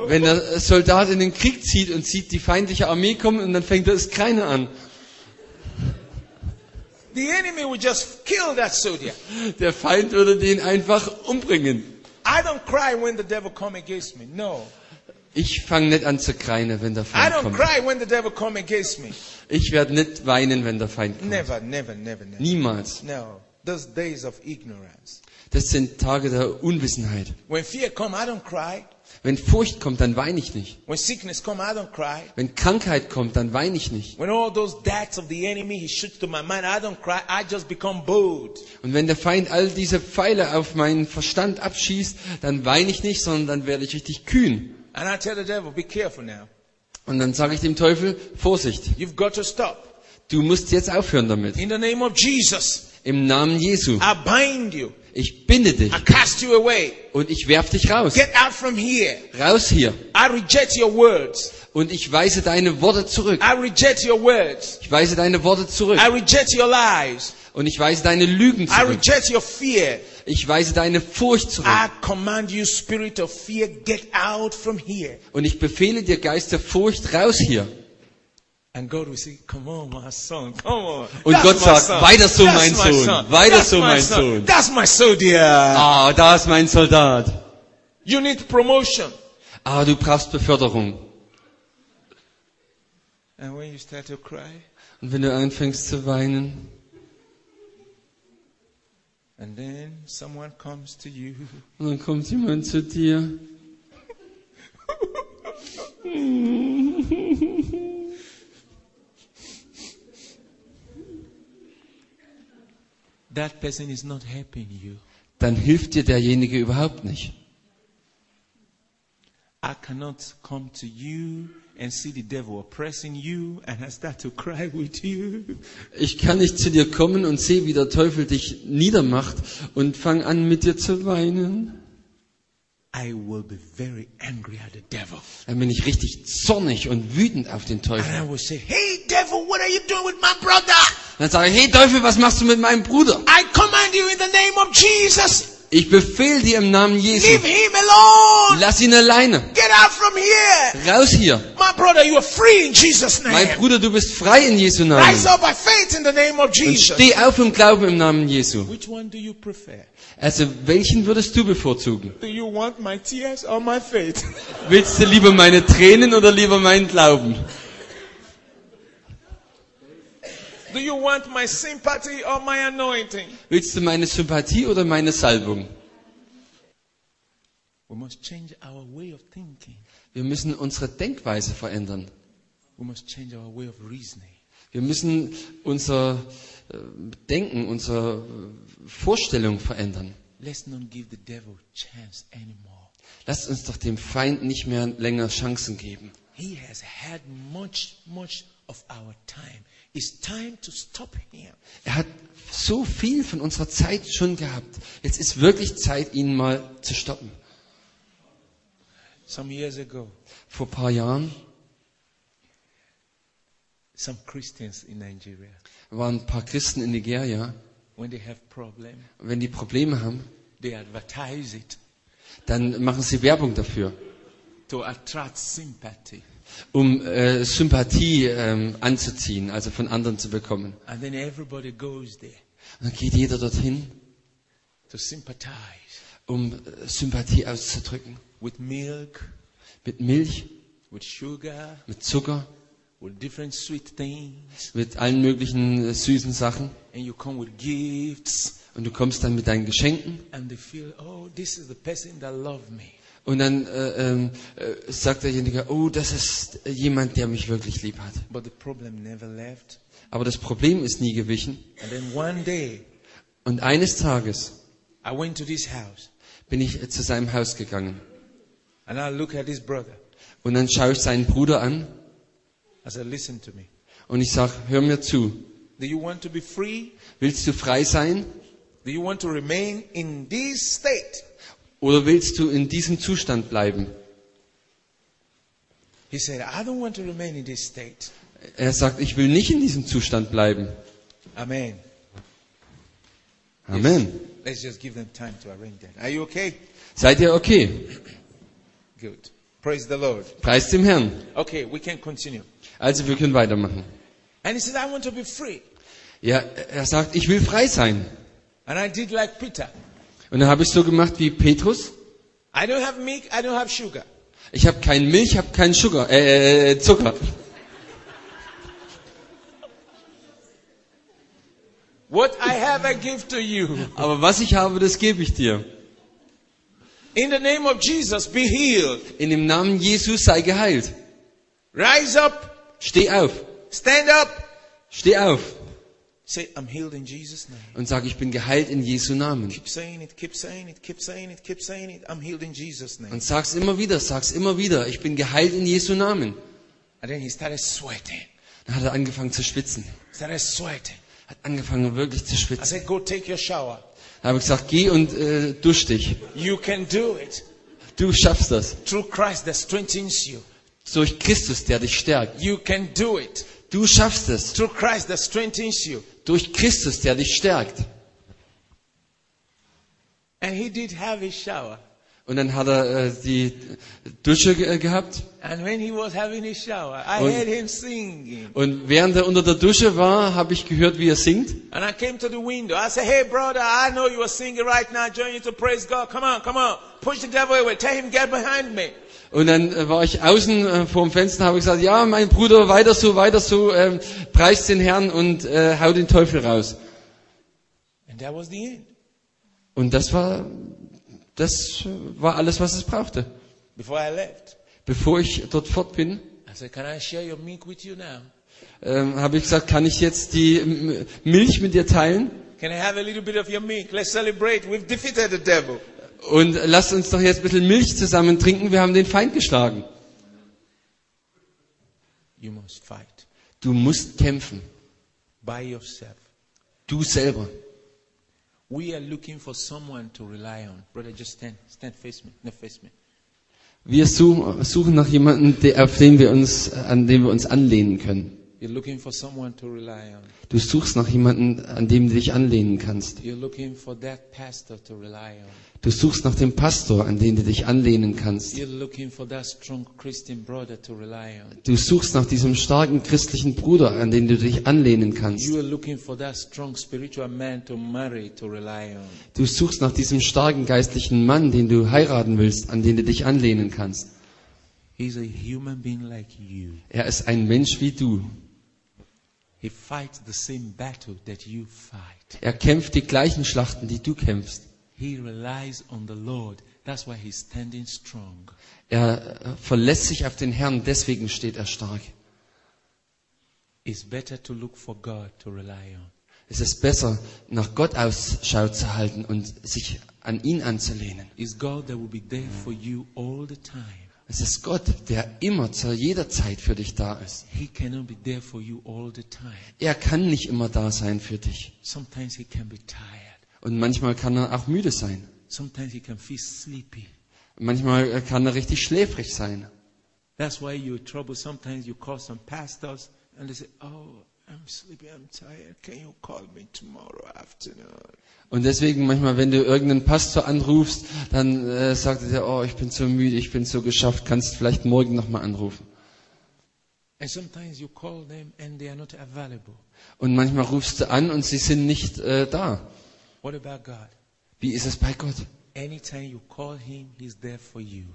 Speaker 2: Wenn der Soldat in den Krieg zieht und sieht die feindliche Armee kommen und dann fängt er das Kreine an.
Speaker 1: the enemy will just kill that soldier.
Speaker 2: Der Feind würde den einfach umbringen.
Speaker 1: I don't cry when the devil come against me. No.
Speaker 2: Ich fange nicht an zu kreinen, wenn der
Speaker 1: I
Speaker 2: Feind
Speaker 1: don't
Speaker 2: kommt.
Speaker 1: cry when the devil come against me.
Speaker 2: Ich werde nicht weinen, wenn der Feind kommt.
Speaker 1: Never, never, never, never.
Speaker 2: Niemals.
Speaker 1: No. Those days of ignorance.
Speaker 2: Das sind Tage der Unwissenheit.
Speaker 1: When fear come, I don't cry.
Speaker 2: Wenn Furcht kommt, dann weine ich nicht.
Speaker 1: When sickness come, I don't cry.
Speaker 2: Wenn Krankheit kommt, dann weine ich nicht.
Speaker 1: When all those darts of the enemy he shoots to my mind, I don't cry. I just become bold.
Speaker 2: Und wenn der Feind all diese Pfeile auf meinen Verstand abschießt, dann weine ich nicht, sondern dann werde ich richtig kühn.
Speaker 1: And I tell the devil, be careful now.
Speaker 2: Und dann sage ich dem Teufel, Vorsicht,
Speaker 1: You've got to stop.
Speaker 2: du musst jetzt aufhören damit.
Speaker 1: In the name of Jesus.
Speaker 2: Im Namen Jesu
Speaker 1: I bind you.
Speaker 2: Ich binde dich
Speaker 1: I cast you away.
Speaker 2: und ich werf dich raus.
Speaker 1: Get out from here.
Speaker 2: Raus hier.
Speaker 1: I reject your words.
Speaker 2: Und ich weise deine Worte zurück.
Speaker 1: I reject your words.
Speaker 2: Ich weise deine Worte zurück.
Speaker 1: I reject your lies.
Speaker 2: Und ich weise deine Lügen
Speaker 1: I
Speaker 2: zurück.
Speaker 1: reject your fear.
Speaker 2: Ich weise deine Furcht zurück.
Speaker 1: I command you, spirit of fear, get out from here.
Speaker 2: Und ich befehle dir, Geist der Furcht, raus hier.
Speaker 1: And God will say, Come on, my son, come on.
Speaker 2: Und
Speaker 1: That's
Speaker 2: Gott
Speaker 1: my
Speaker 2: sagt,
Speaker 1: son.
Speaker 2: weiter so,
Speaker 1: That's
Speaker 2: mein
Speaker 1: my
Speaker 2: Sohn.
Speaker 1: son.
Speaker 2: Weiter
Speaker 1: That's
Speaker 2: so,
Speaker 1: my
Speaker 2: mein Sohn.
Speaker 1: That's my soldier.
Speaker 2: Ah, da ist mein Soldat.
Speaker 1: You need promotion.
Speaker 2: Ah, du brauchst Beförderung.
Speaker 1: And when you start to cry,
Speaker 2: Und wenn du anfängst zu weinen
Speaker 1: and then someone comes to you,
Speaker 2: und dann kommt jemand zu dir
Speaker 1: that person is not helping you.
Speaker 2: dann hilft dir derjenige überhaupt nicht.
Speaker 1: I cannot come to you and see the devil oppressing you, and I start to cry with you.
Speaker 2: Ich kann nicht zu dir kommen und sehe, wie der Teufel dich niedermacht und fang an, mit dir zu weinen.
Speaker 1: I will be very angry at the devil.
Speaker 2: Dann bin ich richtig zornig und wütend auf den
Speaker 1: And
Speaker 2: Teufel.
Speaker 1: I will say, Hey, devil, what are you doing with my brother?
Speaker 2: Dann sage ich, hey Teufel, was machst du mit meinem Bruder?
Speaker 1: I command you in the name of Jesus,
Speaker 2: Ich befehle dir im Namen Jesu,
Speaker 1: leave him alone.
Speaker 2: lass ihn alleine.
Speaker 1: Get out from here.
Speaker 2: Raus hier.
Speaker 1: My brother, you are free in Jesus'
Speaker 2: Mein
Speaker 1: name.
Speaker 2: Bruder, du bist frei in Jesu Namen.
Speaker 1: Rise up by faith in the name of
Speaker 2: Und
Speaker 1: Jesus.
Speaker 2: steh auf im Glauben im Namen Jesu.
Speaker 1: Which one do you prefer?
Speaker 2: Also, welchen würdest du bevorzugen?
Speaker 1: Do you want my tears or my faith?
Speaker 2: Willst du lieber meine Tränen oder lieber meinen Glauben?
Speaker 1: Do you want my sympathy or my anointing?
Speaker 2: Willst du meine Sympathie oder meine Salbung?
Speaker 1: We must change our way of thinking.
Speaker 2: Wir müssen unsere Denkweise verändern.
Speaker 1: We must change our way of reasoning.
Speaker 2: Wir müssen unser äh, Denken, unsere äh, Vorstellung verändern.
Speaker 1: Let's not give the devil chance anymore.
Speaker 2: Lasst uns doch dem Feind nicht mehr länger Chancen geben.
Speaker 1: He has had much, much of our time. It's time to stop him.
Speaker 2: Er hat so viel von unserer Zeit schon gehabt. Jetzt ist wirklich Zeit, ihn mal zu stoppen.
Speaker 1: Some years ago,
Speaker 2: Vor ein paar Jahren
Speaker 1: some Christians in Nigeria,
Speaker 2: waren ein paar Christen in Nigeria.
Speaker 1: when they have problem,
Speaker 2: Wenn die Probleme haben,
Speaker 1: they advertise it
Speaker 2: dann machen sie Werbung dafür,
Speaker 1: to attract sympathy.
Speaker 2: um äh, Sympathie ähm, anzuziehen, also von anderen zu bekommen.
Speaker 1: And then everybody goes there
Speaker 2: Und dann geht jeder dorthin,
Speaker 1: to sympathize
Speaker 2: um äh, Sympathie auszudrücken.
Speaker 1: with milk,
Speaker 2: Mit Milch,
Speaker 1: with sugar,
Speaker 2: mit Zucker,
Speaker 1: with different sweet things.
Speaker 2: mit allen möglichen äh, süßen Sachen.
Speaker 1: And you come with gifts.
Speaker 2: Und du kommst dann mit deinen Geschenken.
Speaker 1: And they feel, oh, this is the person that loved me.
Speaker 2: Und dann äh, ähm, äh, sagt derjenige, oh, das ist äh, jemand, der mich wirklich lieb hat.
Speaker 1: But the problem never left.
Speaker 2: Aber das Problem ist nie gewichen.
Speaker 1: And then one day,
Speaker 2: Und eines Tages
Speaker 1: I went to this house
Speaker 2: bin ich äh, zu seinem Haus gegangen.
Speaker 1: and I look at this brother.
Speaker 2: Und dann schaue ich seinen Bruder an
Speaker 1: I said, listen to me.
Speaker 2: und ich sage, hör mir zu.
Speaker 1: Do you want to be free?
Speaker 2: Willst du frei sein
Speaker 1: Do you want to remain in this state?
Speaker 2: oder willst du in diesem Zustand bleiben?
Speaker 1: He said, I don't want to remain in this state.
Speaker 2: Er sagt, ich will nicht in diesem Zustand bleiben.
Speaker 1: Amen.
Speaker 2: Amen.
Speaker 1: Let's just give them time to arrange that. Are you okay?
Speaker 2: Seid ihr okay?
Speaker 1: Good. Praise the Lord.
Speaker 2: Preis dem Herrn.
Speaker 1: Okay, we can continue.
Speaker 2: Also wir können weitermachen.
Speaker 1: And he says, I want to be free.
Speaker 2: Ja, er sagt, ich will frei sein.
Speaker 1: And I did like Peter.
Speaker 2: Und dann habe ich so gemacht wie Petrus.
Speaker 1: I don't have milk, I don't have sugar.
Speaker 2: Ich habe kein Milch, habe keinen Sugar, äh, äh, Zucker.
Speaker 1: What I have, I give to you.
Speaker 2: Aber was ich habe, das gebe ich dir.
Speaker 1: In the name of Jesus, be healed.
Speaker 2: In dem Namen Jesus sei geheilt.
Speaker 1: Rise up,
Speaker 2: Steh auf.
Speaker 1: stand up.
Speaker 2: Steh auf.
Speaker 1: Say, I'm healed in Jesus' name.
Speaker 2: Und sag, ich bin geheilt in Jesu Namen.
Speaker 1: Keep saying it, keep saying it, keep saying it, keep saying it. I'm healed in Jesus' name.
Speaker 2: Und sag's immer wieder, sag's immer wieder, ich bin geheilt in Jesu Namen.
Speaker 1: And then he started sweating.
Speaker 2: Dann hat er angefangen zu schwitzen.
Speaker 1: Started sweating.
Speaker 2: Hat angefangen wirklich zu
Speaker 1: I
Speaker 2: schwitzen.
Speaker 1: said, Go take your shower.
Speaker 2: Dann habe ich gesagt, geh und äh, dusch dich.
Speaker 1: You can do it
Speaker 2: Du schaffst das.
Speaker 1: through Christ that strengthens you.
Speaker 2: Durch Christus, der dich stärkt.
Speaker 1: You can do it
Speaker 2: Du schaffst es.
Speaker 1: through Christ that strengthens you.
Speaker 2: Durch Christus, der dich stärkt.
Speaker 1: And he did have a shower.
Speaker 2: Und dann hat er äh, die Dusche ge- äh, gehabt.
Speaker 1: And when he was having a shower, I
Speaker 2: Und-
Speaker 1: heard him singing.
Speaker 2: Und während er unter der Dusche war, habe ich gehört, wie er singt.
Speaker 1: And I came to the window. I said, Hey, brother, I know you are singing right now. Join you to praise God. Come on, come on. Push the devil away. Tell him, get behind me.
Speaker 2: Und dann äh, war ich außen äh, vor dem Fenster, habe ich gesagt, ja, mein Bruder, weiter so, weiter so, ähm, preist den Herrn und äh, hau den Teufel raus.
Speaker 1: And that was the end.
Speaker 2: Und das war, das war alles, was es brauchte.
Speaker 1: Before I left,
Speaker 2: Bevor ich dort fort bin,
Speaker 1: I said, Can I share your milk with you now?
Speaker 2: ähm, habe ich gesagt, kann ich jetzt die ähm, Milch mit dir teilen?
Speaker 1: Can I have a little bit of your milk? Let's celebrate. We've defeated the devil.
Speaker 2: Und lasst uns doch jetzt ein bisschen Milch zusammen trinken, wir haben den Feind geschlagen.
Speaker 1: You must fight
Speaker 2: Du musst kämpfen.
Speaker 1: by yourself.
Speaker 2: Du selber.
Speaker 1: We are looking for someone to rely on. Brother, just stand, stand, face me, no, face me.
Speaker 2: Wir suchen, suchen nach jemandem, der, auf den wir uns, an dem wir uns anlehnen können.
Speaker 1: You're looking for someone to rely on.
Speaker 2: Du suchst nach jemandem, an dem du dich anlehnen kannst.
Speaker 1: You're looking for that pastor to rely on.
Speaker 2: Du suchst nach dem Pastor, an den du dich anlehnen kannst.
Speaker 1: You're looking for that strong Christian brother to rely on.
Speaker 2: Du suchst nach diesem starken christlichen Bruder, an den du dich anlehnen kannst.
Speaker 1: You are looking for that strong spiritual man to marry to rely on.
Speaker 2: Du suchst nach diesem starken geistlichen Mann, den du heiraten willst, an den du dich anlehnen kannst.
Speaker 1: He's a human being like you.
Speaker 2: Er ist ein Mensch wie du.
Speaker 1: He fights the same battle that you fight.
Speaker 2: Er kämpft die gleichen Schlachten, die du kämpfst.
Speaker 1: He relies on the Lord. That's why he's standing strong.
Speaker 2: Er äh, verlässt sich auf den Herrn, deswegen steht er stark.
Speaker 1: It's better to look for God to rely on.
Speaker 2: Es ist besser, nach Gott Ausschau zu halten und sich an ihn anzulehnen.
Speaker 1: It's God that will be there for you all the time.
Speaker 2: Es ist Gott, der immer zu jeder Zeit für dich da ist.
Speaker 1: He cannot be there for you all the time.
Speaker 2: Er kann nicht immer da sein für dich.
Speaker 1: Sometimes he can be tired.
Speaker 2: Und manchmal kann er auch müde sein.
Speaker 1: Sometimes he can feel sleepy.
Speaker 2: Manchmal äh, kann er richtig schläfrig sein.
Speaker 1: That's why you're in trouble. Sometimes you call some pastors and they say, Oh, I'm sleepy, I'm tired. Can you call me tomorrow afternoon?
Speaker 2: Und deswegen manchmal, wenn du irgendeinen Pastor anrufst, dann äh, sagt er dir, oh, ich bin so müde, ich bin so geschafft, kannst vielleicht morgen nochmal anrufen.
Speaker 1: And sometimes you call them and they are not available.
Speaker 2: Und manchmal rufst du an und sie sind nicht äh, da.
Speaker 1: What about God?
Speaker 2: Wie ist es bei Gott?
Speaker 1: Anytime you call him, he's there for you.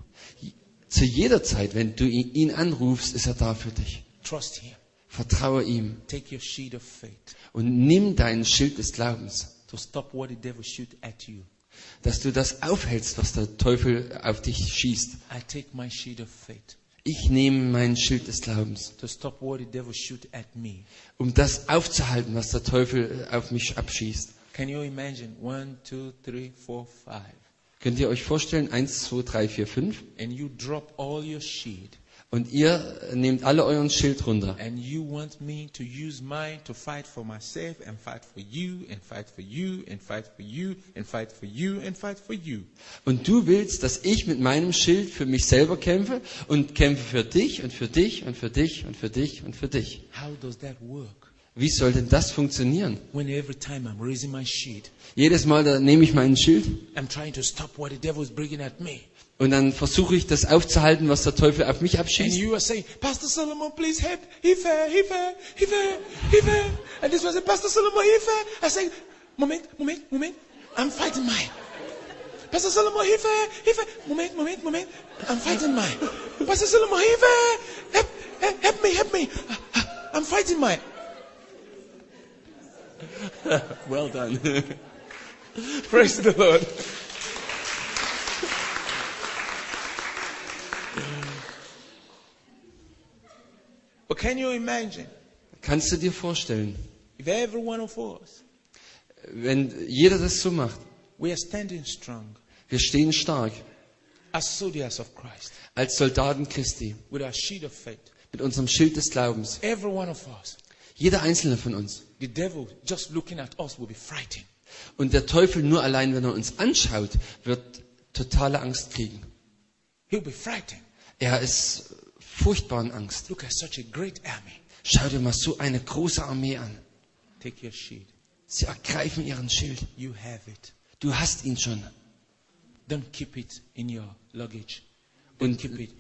Speaker 2: Zu jeder Zeit, wenn du ihn ihn anrufst, ist er da für dich.
Speaker 1: Trust him.
Speaker 2: Vertraue ihm
Speaker 1: Take your shield of faith
Speaker 2: und nimm deinen Schild des Glaubens.
Speaker 1: to stop what the devil shoot at you.
Speaker 2: dass du das aufhältst, was der Teufel auf dich schießt.
Speaker 1: I take my shield of faith
Speaker 2: Ich nehme meinen Schild des Glaubens,
Speaker 1: to stop what the devil shoot at me.
Speaker 2: um das aufzuhalten, was der Teufel auf mich abschießt.
Speaker 1: Can you imagine? One, two, three, four, five.
Speaker 2: Könnt ihr euch vorstellen, eins, zwei, drei, vier, fünf?
Speaker 1: And you drop all your shield
Speaker 2: Und ihr nehmt alle euren Schild runter.
Speaker 1: And you want me to use mine to fight for myself and fight for you and fight for you and fight for you and fight for you and fight for you.
Speaker 2: Und du willst, dass ich mit meinem Schild für mich selber kämpfe und kämpfe für dich und für dich und für dich und für dich und für dich.
Speaker 1: How does that work?
Speaker 2: Wie soll denn das funktionieren?
Speaker 1: When every time I'm raising my shield,
Speaker 2: Jedes Mal da nehme ich meinen Schild
Speaker 1: I'm trying to stop what the devil is bringing at me.
Speaker 2: und dann versuche ich das aufzuhalten, was der Teufel auf mich
Speaker 1: And
Speaker 2: abschießt.
Speaker 1: you are saying, Pastor Solomon, please help. He fell, he fell, he fell, he fell. And this was a Pastor Solomon, he fell. I say, moment, moment, moment. I'm fighting mine. Pastor Solomon, he fell, he fell. Moment, moment, moment. I'm fighting mine. Pastor Solomon, he fell. Help, help, help me, help me. Ah, ah, I'm fighting mine.
Speaker 2: Well done.
Speaker 1: Praise the Lord. But can you imagine
Speaker 2: Kannst du dir vorstellen,
Speaker 1: if every one of us
Speaker 2: wenn jeder das so macht,
Speaker 1: We are standing strong
Speaker 2: wir stehen stark
Speaker 1: as soldiers of Christ
Speaker 2: als Soldaten Christi
Speaker 1: with our shield of faith.
Speaker 2: mit unserem Schild des Glaubens.
Speaker 1: Every one of us,
Speaker 2: Jeder einzelne von uns.
Speaker 1: the devil just looking at us will be frightened.
Speaker 2: Und der Teufel nur allein, wenn er uns anschaut, wird totale Angst kriegen.
Speaker 1: He'll be frightened.
Speaker 2: Er ist furchtbar in Angst.
Speaker 1: Look at such a great army.
Speaker 2: Schau dir mal so eine große Armee an.
Speaker 1: Take your shield.
Speaker 2: Sie ergreifen ihren Schild.
Speaker 1: You have it.
Speaker 2: Du hast ihn schon.
Speaker 1: Don't keep it in your luggage. Don't
Speaker 2: Und
Speaker 1: keep it.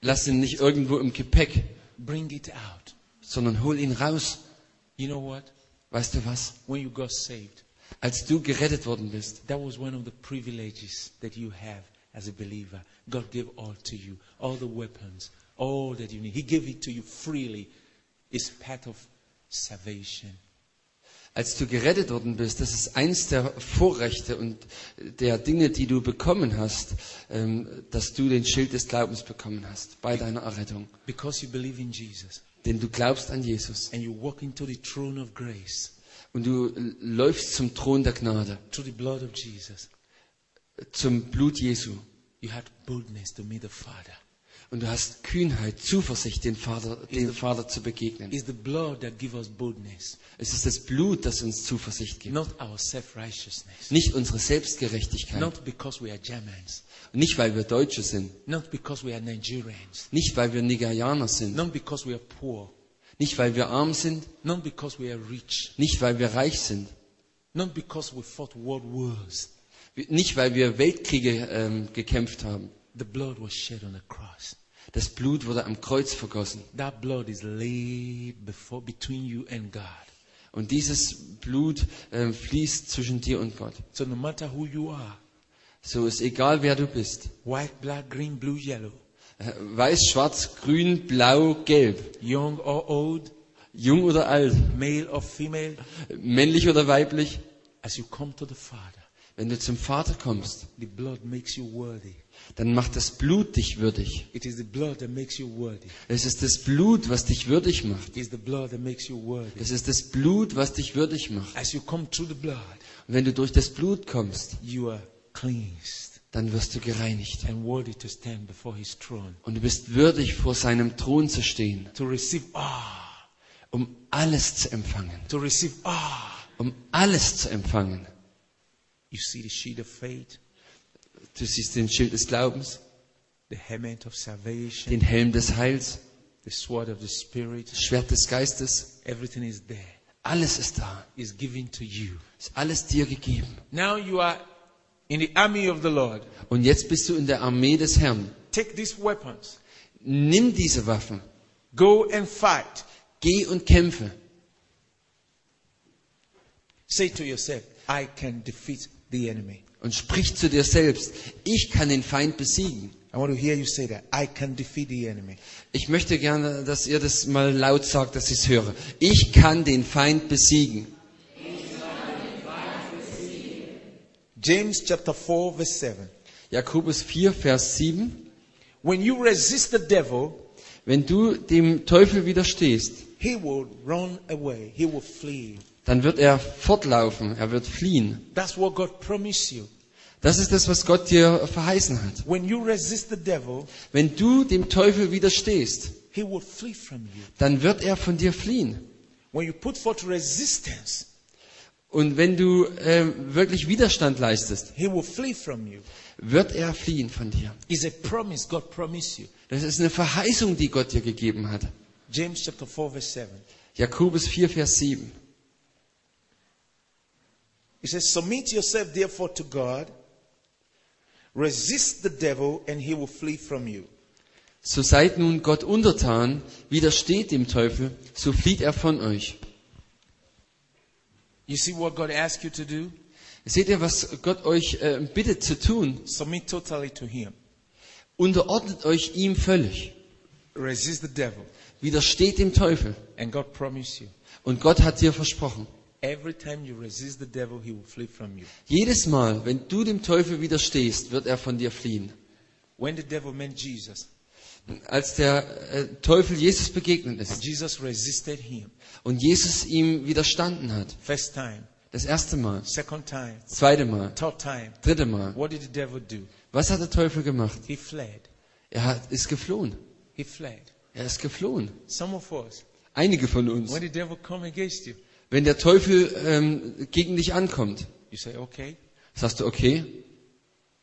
Speaker 2: lass ihn nicht irgendwo im Gepäck,
Speaker 1: Bring it out.
Speaker 2: sondern hol ihn raus.
Speaker 1: You know what?
Speaker 2: Weißt du was?
Speaker 1: When you got saved,
Speaker 2: Als du gerettet worden bist,
Speaker 1: that was one of the privileges that you have as a believer. God gave all to you, all the weapons, all that you need. He gave it to you freely. It's part of salvation.
Speaker 2: als du gerettet worden bist, das ist eins der Vorrechte und der Dinge, die du bekommen hast, ähm, dass du den Schild des Glaubens bekommen hast bei deiner Errettung.
Speaker 1: Because you believe in Jesus
Speaker 2: Denn du glaubst an Jesus
Speaker 1: and you walk into the throne of grace
Speaker 2: und du läufst zum Thron der Gnade,
Speaker 1: through the blood of Jesus,
Speaker 2: zum Blut Jesu.
Speaker 1: you had boldness to meet the Father.
Speaker 2: Und du hast Kühnheit, Zuversicht, den Vater, dem Vater zu begegnen.
Speaker 1: It's the blood that gives us boldness,
Speaker 2: Es ist das Blut, das uns Zuversicht gibt.
Speaker 1: not our self righteousness.
Speaker 2: Nicht unsere Selbstgerechtigkeit.
Speaker 1: Not because we are Germans,
Speaker 2: Nicht, weil wir Deutsche sind.
Speaker 1: not because we are Nigerians,
Speaker 2: Nicht, weil wir Nigerianer sind.
Speaker 1: not because we are poor,
Speaker 2: Nicht, weil wir arm sind.
Speaker 1: not because we are rich,
Speaker 2: Nicht, weil wir reich sind.
Speaker 1: not because we fought world wars.
Speaker 2: Nicht, weil wir Weltkriege ähm, gekämpft haben.
Speaker 1: The blood was shed on the cross.
Speaker 2: Das Blut wurde am Kreuz vergossen.
Speaker 1: That blood is laid before, between you and God.
Speaker 2: Und dieses Blut ähm, fließt zwischen dir und Gott.
Speaker 1: So no matter who you are,
Speaker 2: So ist egal, wer du bist.
Speaker 1: white, black, green, blue, yellow,
Speaker 2: Äh, Weiß, schwarz, grün, blau, gelb.
Speaker 1: young or old,
Speaker 2: Jung oder alt.
Speaker 1: male or female,
Speaker 2: Männlich oder weiblich.
Speaker 1: as you come to the Father,
Speaker 2: Wenn du zum Vater kommst,
Speaker 1: the blood makes you worthy.
Speaker 2: dann macht das Blut dich würdig.
Speaker 1: It is the blood that makes you worthy.
Speaker 2: Es ist das Blut, was dich würdig macht.
Speaker 1: It is the blood that makes you worthy.
Speaker 2: Es ist das Blut, was dich würdig macht.
Speaker 1: As you come through the blood,
Speaker 2: Und wenn du durch das Blut kommst,
Speaker 1: you are cleansed
Speaker 2: dann wirst du gereinigt.
Speaker 1: and worthy to stand before His throne
Speaker 2: Und du bist würdig, vor seinem Thron zu stehen,
Speaker 1: to receive all,
Speaker 2: um alles zu empfangen.
Speaker 1: to receive all.
Speaker 2: Um alles zu empfangen.
Speaker 1: You see the shield of faith,
Speaker 2: Du siehst den Schild des Glaubens,
Speaker 1: the helmet of salvation,
Speaker 2: den Helm des Heils,
Speaker 1: the sword of the Spirit.
Speaker 2: das Schwert des Geistes.
Speaker 1: Everything is there.
Speaker 2: Alles ist da.
Speaker 1: It's given to you.
Speaker 2: Ist alles dir gegeben.
Speaker 1: Now you are in the army of the Lord.
Speaker 2: Und jetzt bist du in der Armee des Herrn.
Speaker 1: Take these weapons.
Speaker 2: Nimm diese Waffen.
Speaker 1: Go and fight.
Speaker 2: Geh und kämpfe.
Speaker 1: Say to yourself, I can defeat the enemy.
Speaker 2: Und sprich zu dir selbst. Ich kann den Feind besiegen.
Speaker 1: I want to hear you say that. I can defeat the enemy.
Speaker 2: Ich möchte gerne, dass ihr das mal laut sagt, dass ich es höre. Ich kann den Feind besiegen.
Speaker 1: James chapter 4, verse 7.
Speaker 2: Jakobus 4, Vers 7.
Speaker 1: When you resist the devil,
Speaker 2: Wenn du dem Teufel widerstehst,
Speaker 1: he will run away, he will flee.
Speaker 2: dann wird er fortlaufen, er wird fliehen.
Speaker 1: That's what God promised you.
Speaker 2: Das ist das, was Gott dir verheißen hat.
Speaker 1: When you resist the devil,
Speaker 2: Wenn du dem Teufel widerstehst,
Speaker 1: he will flee from you.
Speaker 2: dann wird er von dir fliehen.
Speaker 1: When you put forth resistance,
Speaker 2: Und wenn du ähm, wirklich Widerstand leistest,
Speaker 1: he will flee from you.
Speaker 2: wird er fliehen von dir.
Speaker 1: It's a promise God promised you.
Speaker 2: Das ist eine Verheißung, die Gott dir gegeben hat.
Speaker 1: James chapter 4, verse 7.
Speaker 2: Jakobus 4, Vers 7.
Speaker 1: He says, Submit yourself therefore to God, resist the devil, and he will flee from you.
Speaker 2: So seid nun Gott untertan, widersteht dem Teufel, so flieht er von euch.
Speaker 1: You see what God asked you to do?
Speaker 2: Seht ihr, was Gott euch äh, bittet zu tun?
Speaker 1: Submit totally to him.
Speaker 2: Unterordnet euch ihm völlig.
Speaker 1: Resist the devil.
Speaker 2: Widersteht dem Teufel.
Speaker 1: And God promised you.
Speaker 2: Und Gott hat dir versprochen.
Speaker 1: Every time you resist the devil, he will flee from you.
Speaker 2: Jedes Mal, wenn du dem Teufel widerstehst, wird er von dir fliehen.
Speaker 1: When the devil meant Jesus,
Speaker 2: Als der äh, Teufel Jesus begegnet ist
Speaker 1: Jesus resisted him.
Speaker 2: und Jesus ihm widerstanden hat,
Speaker 1: First time,
Speaker 2: das erste Mal,
Speaker 1: second time,
Speaker 2: das zweite Mal,
Speaker 1: third time.
Speaker 2: das dritte Mal,
Speaker 1: What did the devil do?
Speaker 2: was hat der Teufel gemacht?
Speaker 1: He fled.
Speaker 2: Er hat, ist geflohen.
Speaker 1: He fled.
Speaker 2: Er ist geflohen.
Speaker 1: Some of us,
Speaker 2: Einige von uns.
Speaker 1: when the devil come against you,
Speaker 2: Wenn der Teufel ähm, gegen dich ankommt,
Speaker 1: You say, okay.
Speaker 2: Sagst du, okay,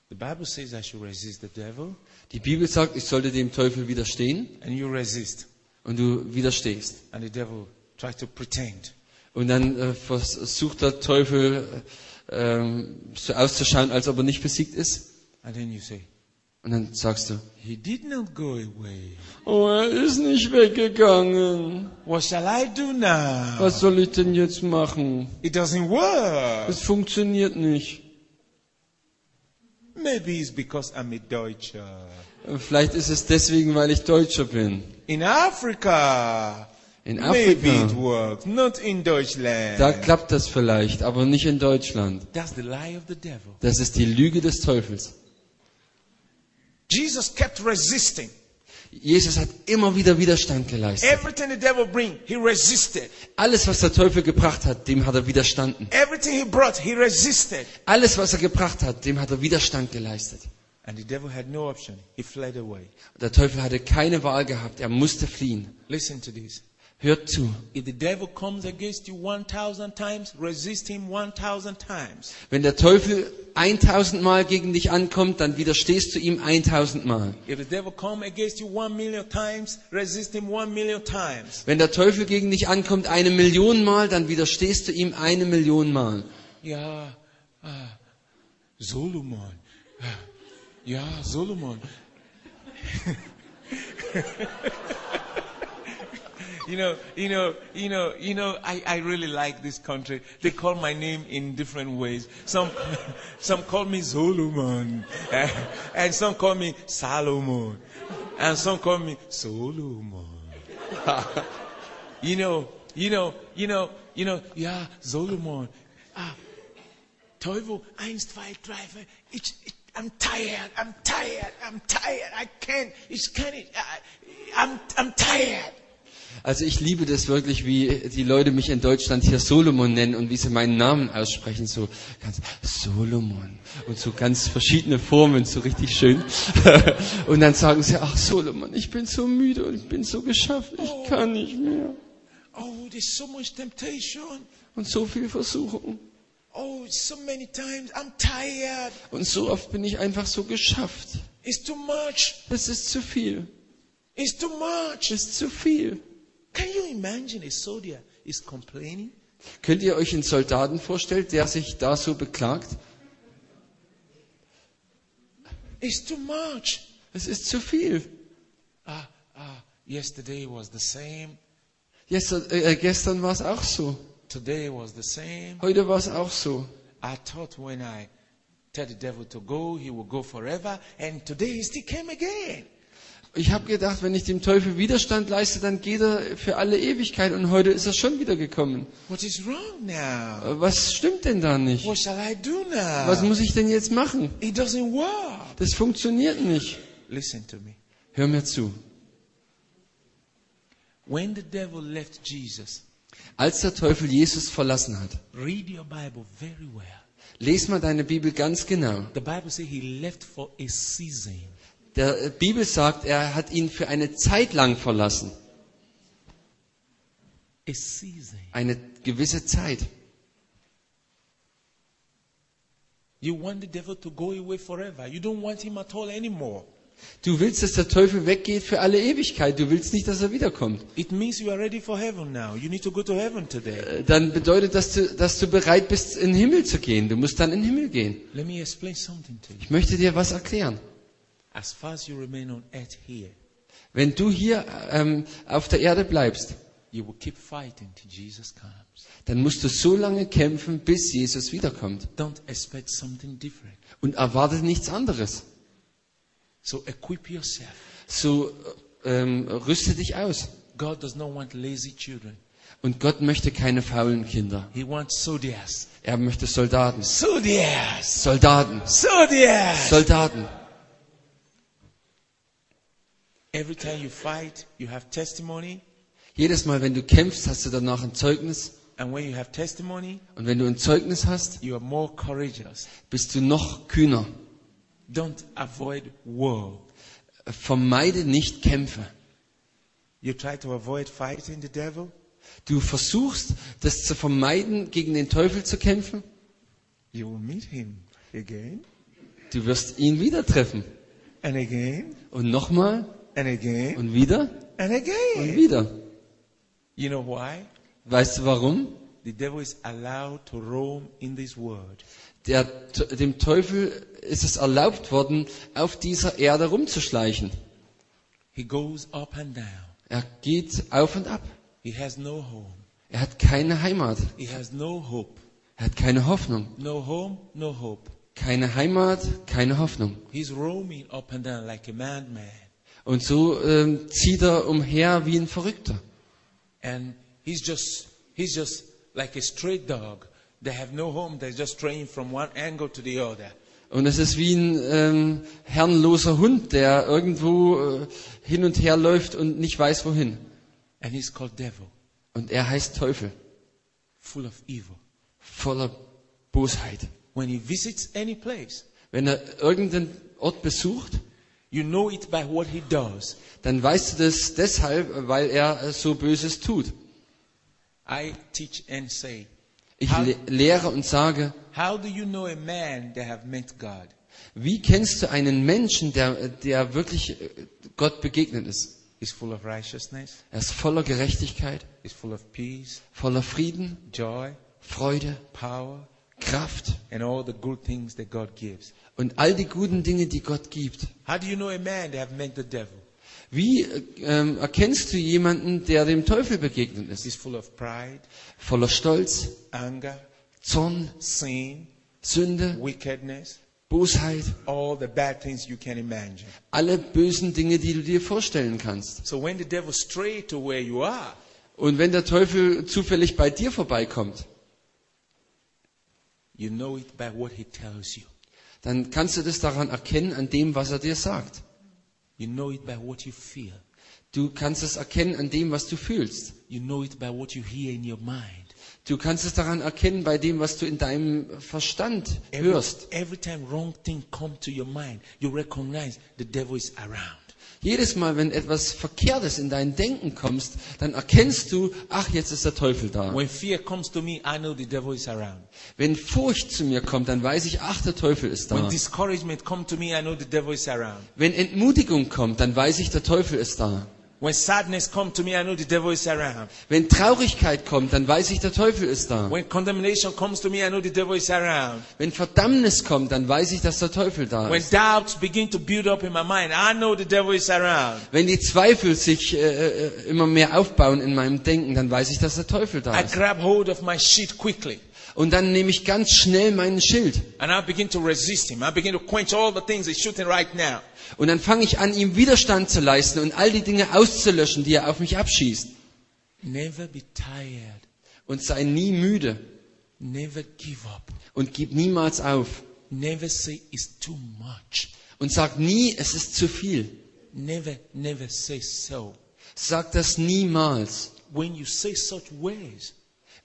Speaker 1: The Bible says I should resist the devil,
Speaker 2: die Bibel sagt, ich sollte dem Teufel widerstehen
Speaker 1: and you resist.
Speaker 2: und du widerstehst.
Speaker 1: And the devil tries to pretend.
Speaker 2: Und dann äh, versucht der Teufel äh, ähm, so auszuschauen, als ob er nicht besiegt ist.
Speaker 1: And then you say,
Speaker 2: Und dann sagst du,
Speaker 1: He did not go away.
Speaker 2: oh, er ist nicht weggegangen.
Speaker 1: What shall I do now?
Speaker 2: Was soll ich denn jetzt machen?
Speaker 1: It doesn't work.
Speaker 2: Es funktioniert nicht.
Speaker 1: Maybe it's because I'm a Deutscher.
Speaker 2: Äh, Vielleicht ist es deswegen, weil ich Deutscher bin.
Speaker 1: In Africa,
Speaker 2: In
Speaker 1: maybe it
Speaker 2: Afrika,
Speaker 1: works. Not in Deutschland.
Speaker 2: da klappt das vielleicht, aber nicht in Deutschland.
Speaker 1: That's the lie of the devil.
Speaker 2: Das ist die Lüge des Teufels.
Speaker 1: Jesus kept resisting.
Speaker 2: Jesus hat immer wieder Widerstand geleistet.
Speaker 1: Everything the devil bring, he resisted.
Speaker 2: Alles, was der Teufel gebracht hat, dem hat er widerstanden.
Speaker 1: Everything he brought, he resisted.
Speaker 2: Alles, was er gebracht hat, dem hat er Widerstand geleistet.
Speaker 1: And the devil had no option. He fled away.
Speaker 2: Der Teufel hatte keine Wahl gehabt, er musste fliehen.
Speaker 1: Listen to this.
Speaker 2: Hört zu,
Speaker 1: If the devil comes against you 1,000 times, resist him 1,000 times.
Speaker 2: wenn der Teufel 1000 Mal gegen dich ankommt, dann widerstehst du ihm 1000 Mal.
Speaker 1: If the devil come against you 1 million times, resist him 1 million times.
Speaker 2: Wenn der Teufel gegen dich ankommt eine Million Mal, dann widerstehst du ihm eine Million Mal.
Speaker 1: Ja, ah, Solomon. Ah, Ja, Solomon. you know, you know, you know, you know, I, I really like this country. They call my name in different ways. Some, some call me Solomon. Eh, and some call me Salomon. And some call me Solomon. you know, you know, you know, you know, yeah, Solomon. Ah, Teufel, eins, zwei, drei, vier. Ich, ich, I'm tired, I'm tired, I'm tired. I can't, ich kann nicht. I, I'm, I'm tired.
Speaker 2: Also ich liebe das wirklich, wie die Leute mich in Deutschland hier Solomon nennen und wie sie meinen Namen aussprechen, so ganz Solomon und so ganz verschiedene Formen, so richtig schön. Und dann sagen sie, ach Solomon, ich bin so müde und ich bin so geschafft, ich kann nicht mehr.
Speaker 1: Oh, there's so much temptation.
Speaker 2: Und so viel Versuchung.
Speaker 1: Oh, so many times, I'm tired.
Speaker 2: Und so oft bin ich einfach so geschafft.
Speaker 1: It's too much.
Speaker 2: Das ist zu viel.
Speaker 1: It's too much.
Speaker 2: Das ist zu viel.
Speaker 1: Can you imagine a soldier is complaining?
Speaker 2: Könnt ihr euch einen Soldaten vorstellen, der sich da so beklagt?
Speaker 1: It's too much.
Speaker 2: Es ist zu viel.
Speaker 1: Ah, ah, yesterday was the same.
Speaker 2: Gestern, äh, gestern war es auch so.
Speaker 1: Today was the same.
Speaker 2: Heute war es auch so.
Speaker 1: I thought when I tell the devil to go, he will go forever. And today he still came again.
Speaker 2: Ich habe gedacht, wenn ich dem Teufel Widerstand leiste, dann geht er für alle Ewigkeit und heute ist er schon wieder gekommen.
Speaker 1: What is wrong
Speaker 2: Äh,
Speaker 1: now?
Speaker 2: Was stimmt denn da nicht?
Speaker 1: What shall I do
Speaker 2: Was
Speaker 1: now?
Speaker 2: muss ich denn jetzt machen?
Speaker 1: It doesn't work.
Speaker 2: Das funktioniert nicht.
Speaker 1: Listen to me.
Speaker 2: Hör mir zu.
Speaker 1: When the devil left Jesus,
Speaker 2: Als der Teufel Jesus verlassen hat,
Speaker 1: read your Bible very well.
Speaker 2: les mal deine Bibel ganz genau.
Speaker 1: The Bible says he left for a season.
Speaker 2: Der äh, Bibel sagt, er hat ihn für eine Zeit lang verlassen.
Speaker 1: A season.
Speaker 2: Eine gewisse Zeit.
Speaker 1: You want the devil to go away forever. You don't want him at all anymore.
Speaker 2: Du willst, dass der Teufel weggeht für alle Ewigkeit. Du willst nicht, dass er wiederkommt.
Speaker 1: It means you are ready for heaven now. You need to go to heaven today.
Speaker 2: Äh, Dann bedeutet das, dass du, dass du bereit bist, in den Himmel zu gehen. Du musst dann in den Himmel gehen.
Speaker 1: Let me explain something to you.
Speaker 2: Ich möchte dir was erklären.
Speaker 1: As far as you remain on earth here,
Speaker 2: Wenn du hier ähm, auf der Erde bleibst,
Speaker 1: you will keep fighting till Jesus comes.
Speaker 2: dann musst du so lange kämpfen, bis Jesus wiederkommt.
Speaker 1: Don't expect something different.
Speaker 2: Und erwarte nichts anderes.
Speaker 1: So equip yourself.
Speaker 2: So äh, ähm, rüste dich aus.
Speaker 1: God does not want lazy children.
Speaker 2: Und Gott möchte keine faulen Kinder.
Speaker 1: He wants soldiers.
Speaker 2: Er möchte Soldaten.
Speaker 1: Soldiers!
Speaker 2: Soldaten.
Speaker 1: Soldiers!
Speaker 2: Soldaten.
Speaker 1: Every time you fight, you have testimony.
Speaker 2: Jedes Mal, wenn du kämpfst, hast du danach ein Zeugnis.
Speaker 1: And when you have testimony,
Speaker 2: Und wenn du ein Zeugnis hast,
Speaker 1: you are more courageous.
Speaker 2: bist du noch kühner.
Speaker 1: Don't avoid war.
Speaker 2: Vermeide nicht Kämpfe.
Speaker 1: You try to avoid fighting the devil,
Speaker 2: Du versuchst, das zu vermeiden, gegen den Teufel zu kämpfen,
Speaker 1: you will meet him again
Speaker 2: Du wirst ihn wieder treffen.
Speaker 1: and again
Speaker 2: Und nochmal
Speaker 1: and again
Speaker 2: und wieder
Speaker 1: and
Speaker 2: und
Speaker 1: again.
Speaker 2: wieder.
Speaker 1: You know why?
Speaker 2: Weißt du warum?
Speaker 1: The devil is allowed to roam in this world.
Speaker 2: Der, dem Teufel ist es erlaubt worden, auf dieser Erde rumzuschleichen.
Speaker 1: He goes up and down.
Speaker 2: Er geht auf und ab.
Speaker 1: He has no home.
Speaker 2: Er hat keine Heimat.
Speaker 1: He has no hope.
Speaker 2: Er hat keine Hoffnung.
Speaker 1: No home, no hope.
Speaker 2: Keine Heimat, keine Hoffnung.
Speaker 1: He's roaming up and down like a madman.
Speaker 2: Und so ähm, zieht er umher wie ein Verrückter.
Speaker 1: And he's just, he's just like a stray dog. They have no home. They're just straying from one angle to the other.
Speaker 2: Und es ist wie ein ähm, herrenloser Hund, der irgendwo äh, hin und her läuft und nicht weiß wohin.
Speaker 1: And he's called devil,
Speaker 2: Und er heißt Teufel,
Speaker 1: full of evil.
Speaker 2: voller Bosheit.
Speaker 1: When he visits any place,
Speaker 2: Wenn er irgendeinen Ort besucht,
Speaker 1: you know it by what he does.
Speaker 2: dann weißt du das deshalb, weil er äh, so Böses tut.
Speaker 1: I teach and say,
Speaker 2: Ich le lehre und sage,
Speaker 1: how do you know a man that have met God?
Speaker 2: wie kennst du einen Menschen, der, der wirklich äh, Gott begegnet ist?
Speaker 1: He's full of righteousness.
Speaker 2: Er ist voller Gerechtigkeit,
Speaker 1: He's full of peace,
Speaker 2: voller Frieden,
Speaker 1: joy,
Speaker 2: Freude,
Speaker 1: power,
Speaker 2: Kraft
Speaker 1: and all the good things that God gives.
Speaker 2: und all die guten Dinge, die Gott gibt.
Speaker 1: How do you know a man that have met the devil?
Speaker 2: Wie äh, ähm, erkennst du jemanden, der dem Teufel begegnet ist?
Speaker 1: He's full of pride,
Speaker 2: Voller Stolz,
Speaker 1: anger,
Speaker 2: Zorn,
Speaker 1: sin,
Speaker 2: Sünde,
Speaker 1: wickedness,
Speaker 2: Bosheit,
Speaker 1: all the bad things you can imagine.
Speaker 2: alle bösen Dinge, die du dir vorstellen kannst.
Speaker 1: So when the devil stray to where you are,
Speaker 2: Und wenn der Teufel zufällig bei dir vorbeikommt,
Speaker 1: you know it by what he tells you.
Speaker 2: dann kannst du das daran erkennen, an dem, was er dir sagt.
Speaker 1: You know it by what you feel.
Speaker 2: Du kannst es erkennen an dem, was du fühlst.
Speaker 1: You know it by what you hear in your mind.
Speaker 2: Du kannst es daran erkennen bei dem, was du in deinem Verstand
Speaker 1: Every,
Speaker 2: hörst.
Speaker 1: every time wrong thing come to your mind, you recognize the devil is around.
Speaker 2: Jedes Mal, wenn etwas Verkehrtes in dein Denken kommst, dann erkennst du, ach, jetzt ist der Teufel da.
Speaker 1: When fear comes to me, I know the devil is around.
Speaker 2: Wenn Furcht zu mir kommt, dann weiß ich, ach, der Teufel ist
Speaker 1: When
Speaker 2: da.
Speaker 1: discouragement come to me, I know the devil is around.
Speaker 2: Wenn Entmutigung kommt, dann weiß ich, der Teufel ist da.
Speaker 1: When sadness come to me, I know the devil is around.
Speaker 2: Wenn Traurigkeit kommt, dann weiß ich, der Teufel ist da.
Speaker 1: When condemnation comes to me, I know the devil is around.
Speaker 2: Wenn Verdammnis kommt, dann weiß ich, dass der Teufel da
Speaker 1: When
Speaker 2: ist.
Speaker 1: doubts begin to build up in my mind, I know the devil is around.
Speaker 2: Wenn die Zweifel sich äh, äh, immer mehr aufbauen in meinem Denken, dann weiß ich, dass der Teufel da
Speaker 1: I
Speaker 2: ist.
Speaker 1: grab hold of my shit quickly
Speaker 2: Und dann nehme ich ganz schnell meinen Schild
Speaker 1: and I begin to resist him. I begin to quench all the things he's shooting right now.
Speaker 2: und dann fange ich an, ihm Widerstand zu leisten und all die Dinge auszulöschen, die er auf mich abschießt.
Speaker 1: Never be tired.
Speaker 2: Und sei nie müde
Speaker 1: Never give up.
Speaker 2: und gib niemals auf
Speaker 1: Never say it's too much.
Speaker 2: und sag nie, es ist zu viel.
Speaker 1: Never, never say so.
Speaker 2: Sag das niemals.
Speaker 1: When you say such words,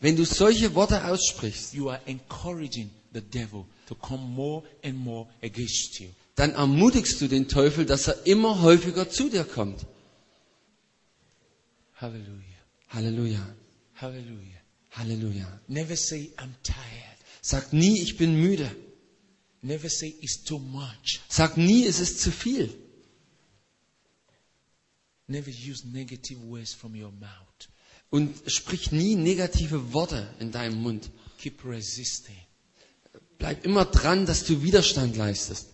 Speaker 2: Wenn du solche Worte aussprichst,
Speaker 1: you are encouraging the devil to come more and more against you.
Speaker 2: dann ermutigst du den Teufel, dass er immer häufiger zu dir kommt.
Speaker 1: Hallelujah.
Speaker 2: Halleluja.
Speaker 1: Hallelujah.
Speaker 2: Halleluja.
Speaker 1: Never say I'm tired.
Speaker 2: Sag nie, ich bin müde.
Speaker 1: Never say it's too much.
Speaker 2: Sag nie, es ist zu viel.
Speaker 1: Never use negative words from your mouth.
Speaker 2: Und sprich nie negative Worte in deinem Mund.
Speaker 1: Keep resisting.
Speaker 2: Bleib immer dran, dass du Widerstand leistest.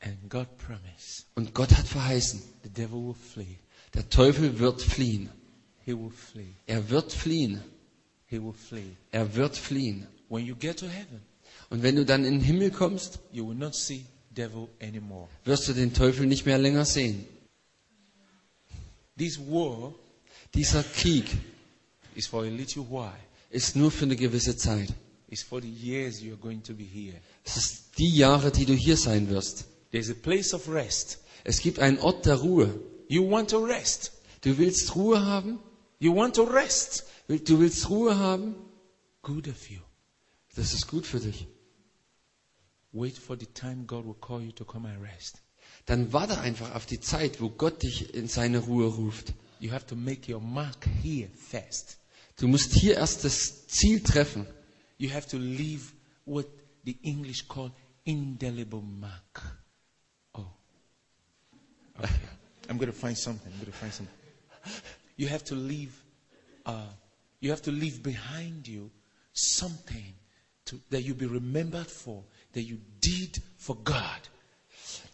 Speaker 1: And God promise
Speaker 2: Und Gott hat verheißen,
Speaker 1: the devil will flee.
Speaker 2: der Teufel wird fliehen.
Speaker 1: He will flee.
Speaker 2: Er wird fliehen.
Speaker 1: He will flee.
Speaker 2: Er wird fliehen.
Speaker 1: When you get to heaven,
Speaker 2: Und wenn du dann in den Himmel kommst,
Speaker 1: you will not see devil anymore.
Speaker 2: wirst du den Teufel nicht mehr länger sehen.
Speaker 1: This war
Speaker 2: Dieser Krieg
Speaker 1: is for a little while.
Speaker 2: ist nur für eine gewisse Zeit.
Speaker 1: It's for the years you are going to be here.
Speaker 2: Es ist die Jahre, die du hier sein wirst.
Speaker 1: There's a place of rest.
Speaker 2: Es gibt einen Ort der Ruhe.
Speaker 1: You want to rest.
Speaker 2: Du willst Ruhe haben?
Speaker 1: You want to rest.
Speaker 2: Will- Du willst Ruhe haben?
Speaker 1: Good of you.
Speaker 2: Das ist gut für dich.
Speaker 1: Wait for the time God will call you to come and rest.
Speaker 2: Dann warte einfach auf die Zeit, wo Gott dich in seine Ruhe ruft.
Speaker 1: You have to make your mark here first.
Speaker 2: Du musst hier erst das Ziel treffen.
Speaker 1: You have to leave what the English call indelible mark. Oh. Okay. I'm going to find something. I'm going to find something. You have to leave, uh, you have to leave behind you something to, that you be remembered for, that you did for God.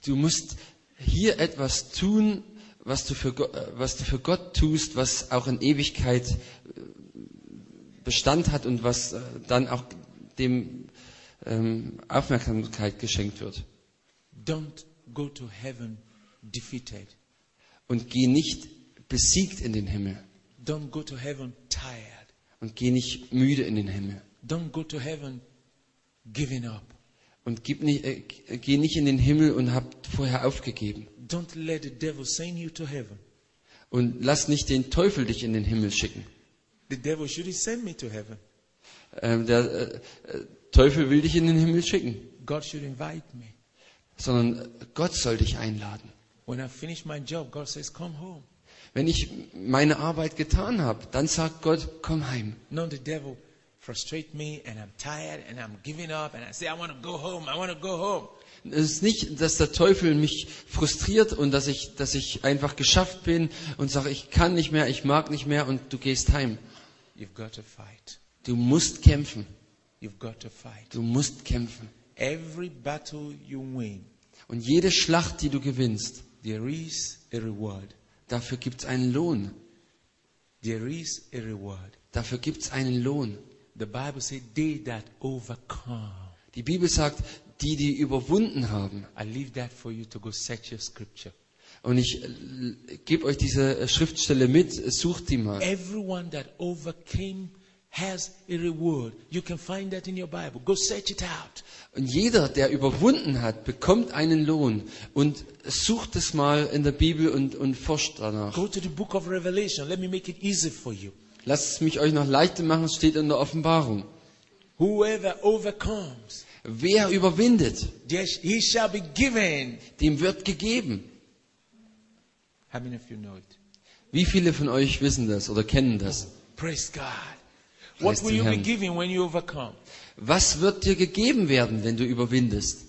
Speaker 2: Du musst hier etwas tun, was du für, Go- äh, was du für Gott tust, was auch in Ewigkeit äh, Bestand hat und was äh, dann auch dem ähm, Aufmerksamkeit geschenkt wird.
Speaker 1: Don't go to heaven defeated.
Speaker 2: Und geh nicht besiegt in den Himmel.
Speaker 1: Don't go to heaven tired.
Speaker 2: Und geh nicht müde in den Himmel.
Speaker 1: Don't go to heaven giving up.
Speaker 2: Und gib nicht, äh, geh nicht in den Himmel und hab vorher aufgegeben.
Speaker 1: Don't let the devil send you to heaven.
Speaker 2: Und lass nicht den Teufel dich in den Himmel schicken.
Speaker 1: The devil shouldn't send me to heaven.
Speaker 2: Ähm, der äh, äh, Teufel will dich in den Himmel schicken,
Speaker 1: God should invite me.
Speaker 2: sondern Gott soll dich einladen.
Speaker 1: When I finish my job, God says, Come home.
Speaker 2: Wenn ich meine Arbeit getan habe, dann sagt Gott, komm heim.
Speaker 1: No, the devil frustrate me and I'm tired and I'm giving up and I say, I want to go home. I want to go home.
Speaker 2: Es ist nicht, dass der Teufel mich frustriert und dass ich, dass ich einfach geschafft bin und sage, ich kann nicht mehr, ich mag nicht mehr und du gehst heim.
Speaker 1: You've got to fight.
Speaker 2: Du musst kämpfen.
Speaker 1: You've got to fight.
Speaker 2: Du musst kämpfen.
Speaker 1: Every battle you win,
Speaker 2: Und jede Schlacht, die du gewinnst,
Speaker 1: there is a reward.
Speaker 2: dafür gibt's einen Lohn.
Speaker 1: There is a reward.
Speaker 2: Dafür gibt's einen Lohn.
Speaker 1: The Bible says, They that overcome.
Speaker 2: Die Bibel sagt, die, die überwunden haben.
Speaker 1: I leave that for you to go search your scripture.
Speaker 2: Und ich äh, gebe euch diese Schriftstelle mit, sucht die mal.
Speaker 1: Everyone that overcame has a reward. You can find that in your Bible. Go search it out.
Speaker 2: Und jeder, der überwunden hat, bekommt einen Lohn. Und sucht es mal in der Bibel und, und forscht danach.
Speaker 1: Go to the book of Revelation. Let me make it easy for you.
Speaker 2: Lasst es mich euch noch leichter machen, es steht in der Offenbarung.
Speaker 1: Whoever overcomes,
Speaker 2: Wer überwindet,
Speaker 1: there sh- he shall be given.
Speaker 2: dem wird gegeben.
Speaker 1: How many of you know it?
Speaker 2: Wie viele von euch wissen das oder kennen das?
Speaker 1: Praise God. What
Speaker 2: Praise
Speaker 1: will
Speaker 2: to
Speaker 1: you be
Speaker 2: Him.
Speaker 1: given when you overcome?
Speaker 2: Was wird dir gegeben werden, wenn du überwindest?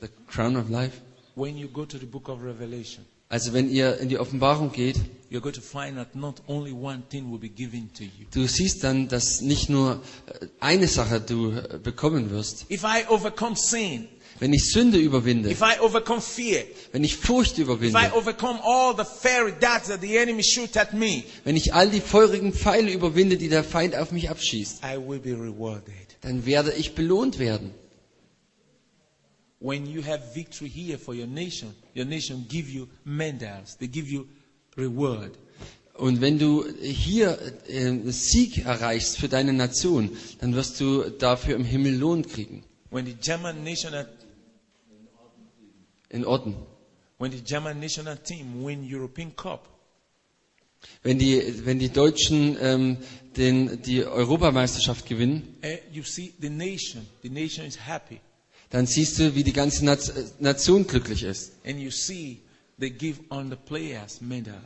Speaker 2: The crown of life.
Speaker 1: When you go to the book of Revelation,
Speaker 2: Also wenn ihr in die Offenbarung geht,
Speaker 1: you're going to find that not only one thing will be given to you.
Speaker 2: du siehst dann, dass nicht nur äh, eine Sache du äh, bekommen wirst.
Speaker 1: If I overcome sin,
Speaker 2: Wenn ich Sünde überwinde,
Speaker 1: if I overcome fear,
Speaker 2: wenn ich Furcht
Speaker 1: if I
Speaker 2: überwinde,
Speaker 1: overcome all the fairy darts that the enemy shoot at me,
Speaker 2: wenn ich all die feurigen Pfeile überwinde, die der Feind auf mich abschießt,
Speaker 1: I will be rewarded.
Speaker 2: dann werde ich belohnt werden.
Speaker 1: When you have victory here for your nation, your nation give you medals. They give you reward.
Speaker 2: Und wenn du hier äh, Sieg erreichst für deine Nation, dann wirst du dafür im Himmel Lohn kriegen.
Speaker 1: When the German national
Speaker 2: In Orten.
Speaker 1: when the German national team win European Cup,
Speaker 2: Wenn die, wenn die Deutschen ähm, den, die Europameisterschaft gewinnen,
Speaker 1: eh, you see the nation, the nation is happy,
Speaker 2: dann siehst du, wie die ganze Naz- äh, Nation glücklich ist.
Speaker 1: and you see they give on the players medal.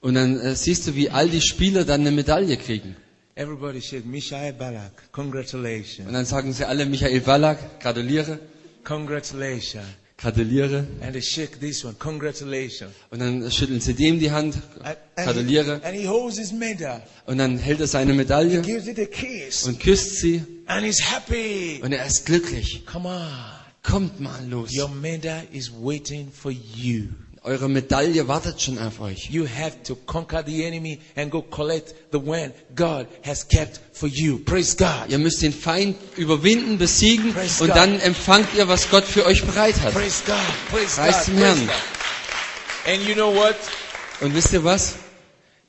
Speaker 2: Und dann äh, siehst du, wie all die Spieler dann eine Medaille kriegen.
Speaker 1: Everybody said, Mishael Balak, congratulations,
Speaker 2: Und dann sagen sie alle, Michael Ballack, gratuliere,
Speaker 1: congratulations,
Speaker 2: gratuliere.
Speaker 1: and they shake this one, congratulations.
Speaker 2: Und dann schütteln sie dem die Hand,
Speaker 1: And, and, he,
Speaker 2: gratuliere.
Speaker 1: and he holds his medal,
Speaker 2: Und dann hält er seine Medaille
Speaker 1: gives it a kiss,
Speaker 2: und küsst sie.
Speaker 1: and he's happy.
Speaker 2: Und er ist glücklich.
Speaker 1: Come on,
Speaker 2: Kommt mal los.
Speaker 1: your medal is waiting for you.
Speaker 2: Eure Medaille wartet schon auf euch.
Speaker 1: You have to conquer the enemy and go collect the one God has kept for you. Praise God.
Speaker 2: Ihr müsst den Feind überwinden, besiegen
Speaker 1: Praise
Speaker 2: und
Speaker 1: God.
Speaker 2: dann empfangt ihr, was Gott für euch bereit hat.
Speaker 1: Praise God. Praise
Speaker 2: Praise
Speaker 1: God.
Speaker 2: the
Speaker 1: Praise
Speaker 2: Lord.
Speaker 1: God. And you know what?
Speaker 2: Und wisst ihr was?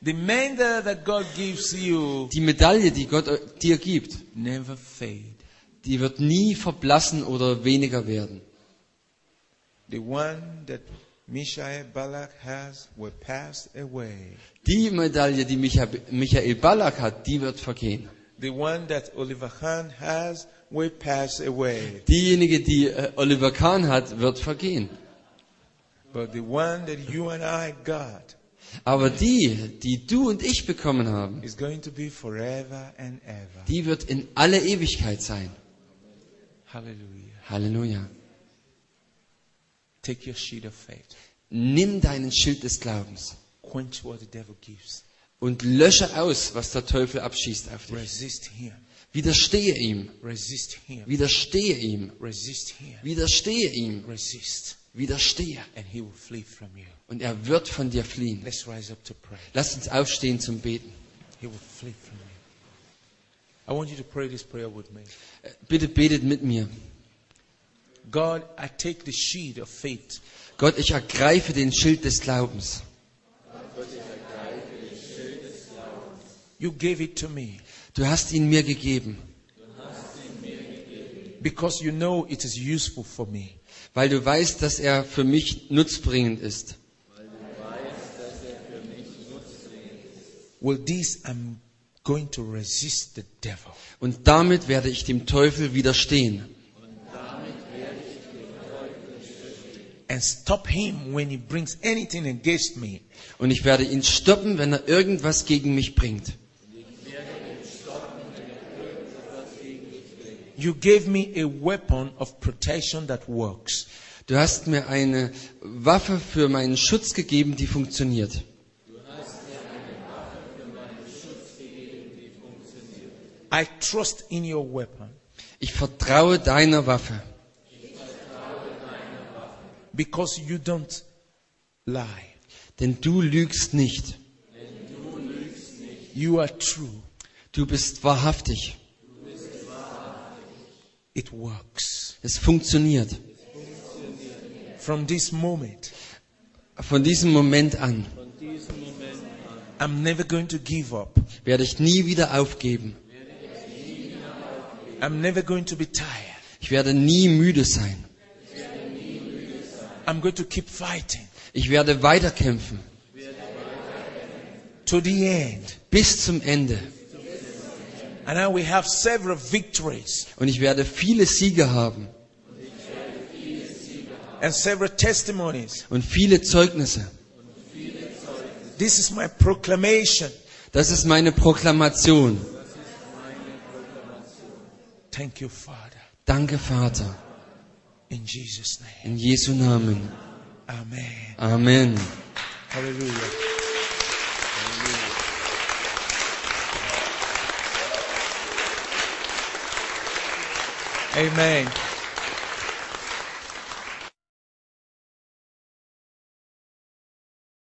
Speaker 1: The mandate that God gives you
Speaker 2: Die Medaille, die Gott eu- dir gibt,
Speaker 1: never fade.
Speaker 2: die wird nie verblassen oder weniger werden.
Speaker 1: The one that Mishael Balak has will pass away.
Speaker 2: Die Medaille, die Micha Michael Ballack hat, die wird vergehen.
Speaker 1: The one that Oliver Khan has will pass away.
Speaker 2: Diejenige, die äh, Oliver Kahn hat, wird vergehen.
Speaker 1: But the one that you and I got
Speaker 2: Aber die, die du und ich bekommen haben,
Speaker 1: is going to be forever and ever.
Speaker 2: die wird in alle Ewigkeit sein.
Speaker 1: Hallelujah.
Speaker 2: Halleluja.
Speaker 1: Take your shield of faith.
Speaker 2: Nimm deinen Schild des Glaubens
Speaker 1: Quench what the devil gives.
Speaker 2: und lösche aus, was der Teufel abschießt auf dich.
Speaker 1: Resist him.
Speaker 2: Widerstehe ihm.
Speaker 1: Resist him.
Speaker 2: Widerstehe ihm.
Speaker 1: Resist him.
Speaker 2: Widerstehe ihm.
Speaker 1: Resist.
Speaker 2: Widerstehe.
Speaker 1: And he will flee from you.
Speaker 2: Und er wird von dir fliehen.
Speaker 1: Let's rise up to pray.
Speaker 2: Lasst uns aufstehen zum Beten.
Speaker 1: He will flee from you. I want you to pray this prayer with me.
Speaker 2: Äh, Bitte betet mit mir.
Speaker 1: God, I take the shield of faith.
Speaker 2: Gott, ich ergreife den Schild des Glaubens.
Speaker 1: You gave it to me
Speaker 2: Du hast ihn mir gegeben,
Speaker 1: because you know it is useful for me.
Speaker 2: weil du weißt, dass er für mich nutzbringend ist.
Speaker 1: With this, I'm going to resist the devil.
Speaker 2: Und damit werde ich dem Teufel widerstehen
Speaker 1: and stop him when he brings anything against me.
Speaker 2: und ich werde ihn stoppen, wenn er irgendwas gegen mich bringt.
Speaker 1: You gave me a weapon of protection that works.
Speaker 2: Du hast mir eine Waffe für meinen Schutz gegeben, die funktioniert.
Speaker 1: I trust in your weapon
Speaker 2: Ich vertraue deiner Waffe,
Speaker 1: because you don't lie.
Speaker 2: denn du lügst nicht.
Speaker 1: You are true.
Speaker 2: Du bist wahrhaftig.
Speaker 1: It works.
Speaker 2: Es funktioniert.
Speaker 1: From this moment,
Speaker 2: Von diesem Moment an
Speaker 1: I'm never going to give up.
Speaker 2: werde ich nie wieder aufgeben.
Speaker 1: I'm never going to be tired.
Speaker 2: Ich werde nie müde sein.
Speaker 1: I'm going to keep fighting
Speaker 2: Ich werde weiterkämpfen
Speaker 1: to the end.
Speaker 2: bis zum Ende.
Speaker 1: And I will have several victories
Speaker 2: Und ich werde viele Siege haben
Speaker 1: and several testimonies.
Speaker 2: und viele Zeugnisse.
Speaker 1: This is my proclamation.
Speaker 2: Das ist meine Proklamation.
Speaker 1: Thank you, Father.
Speaker 2: Danke, Vater.
Speaker 1: In Jesus' name.
Speaker 2: In Jesu Namen.
Speaker 1: Amen.
Speaker 2: Amen.
Speaker 1: Hallelujah. Amen.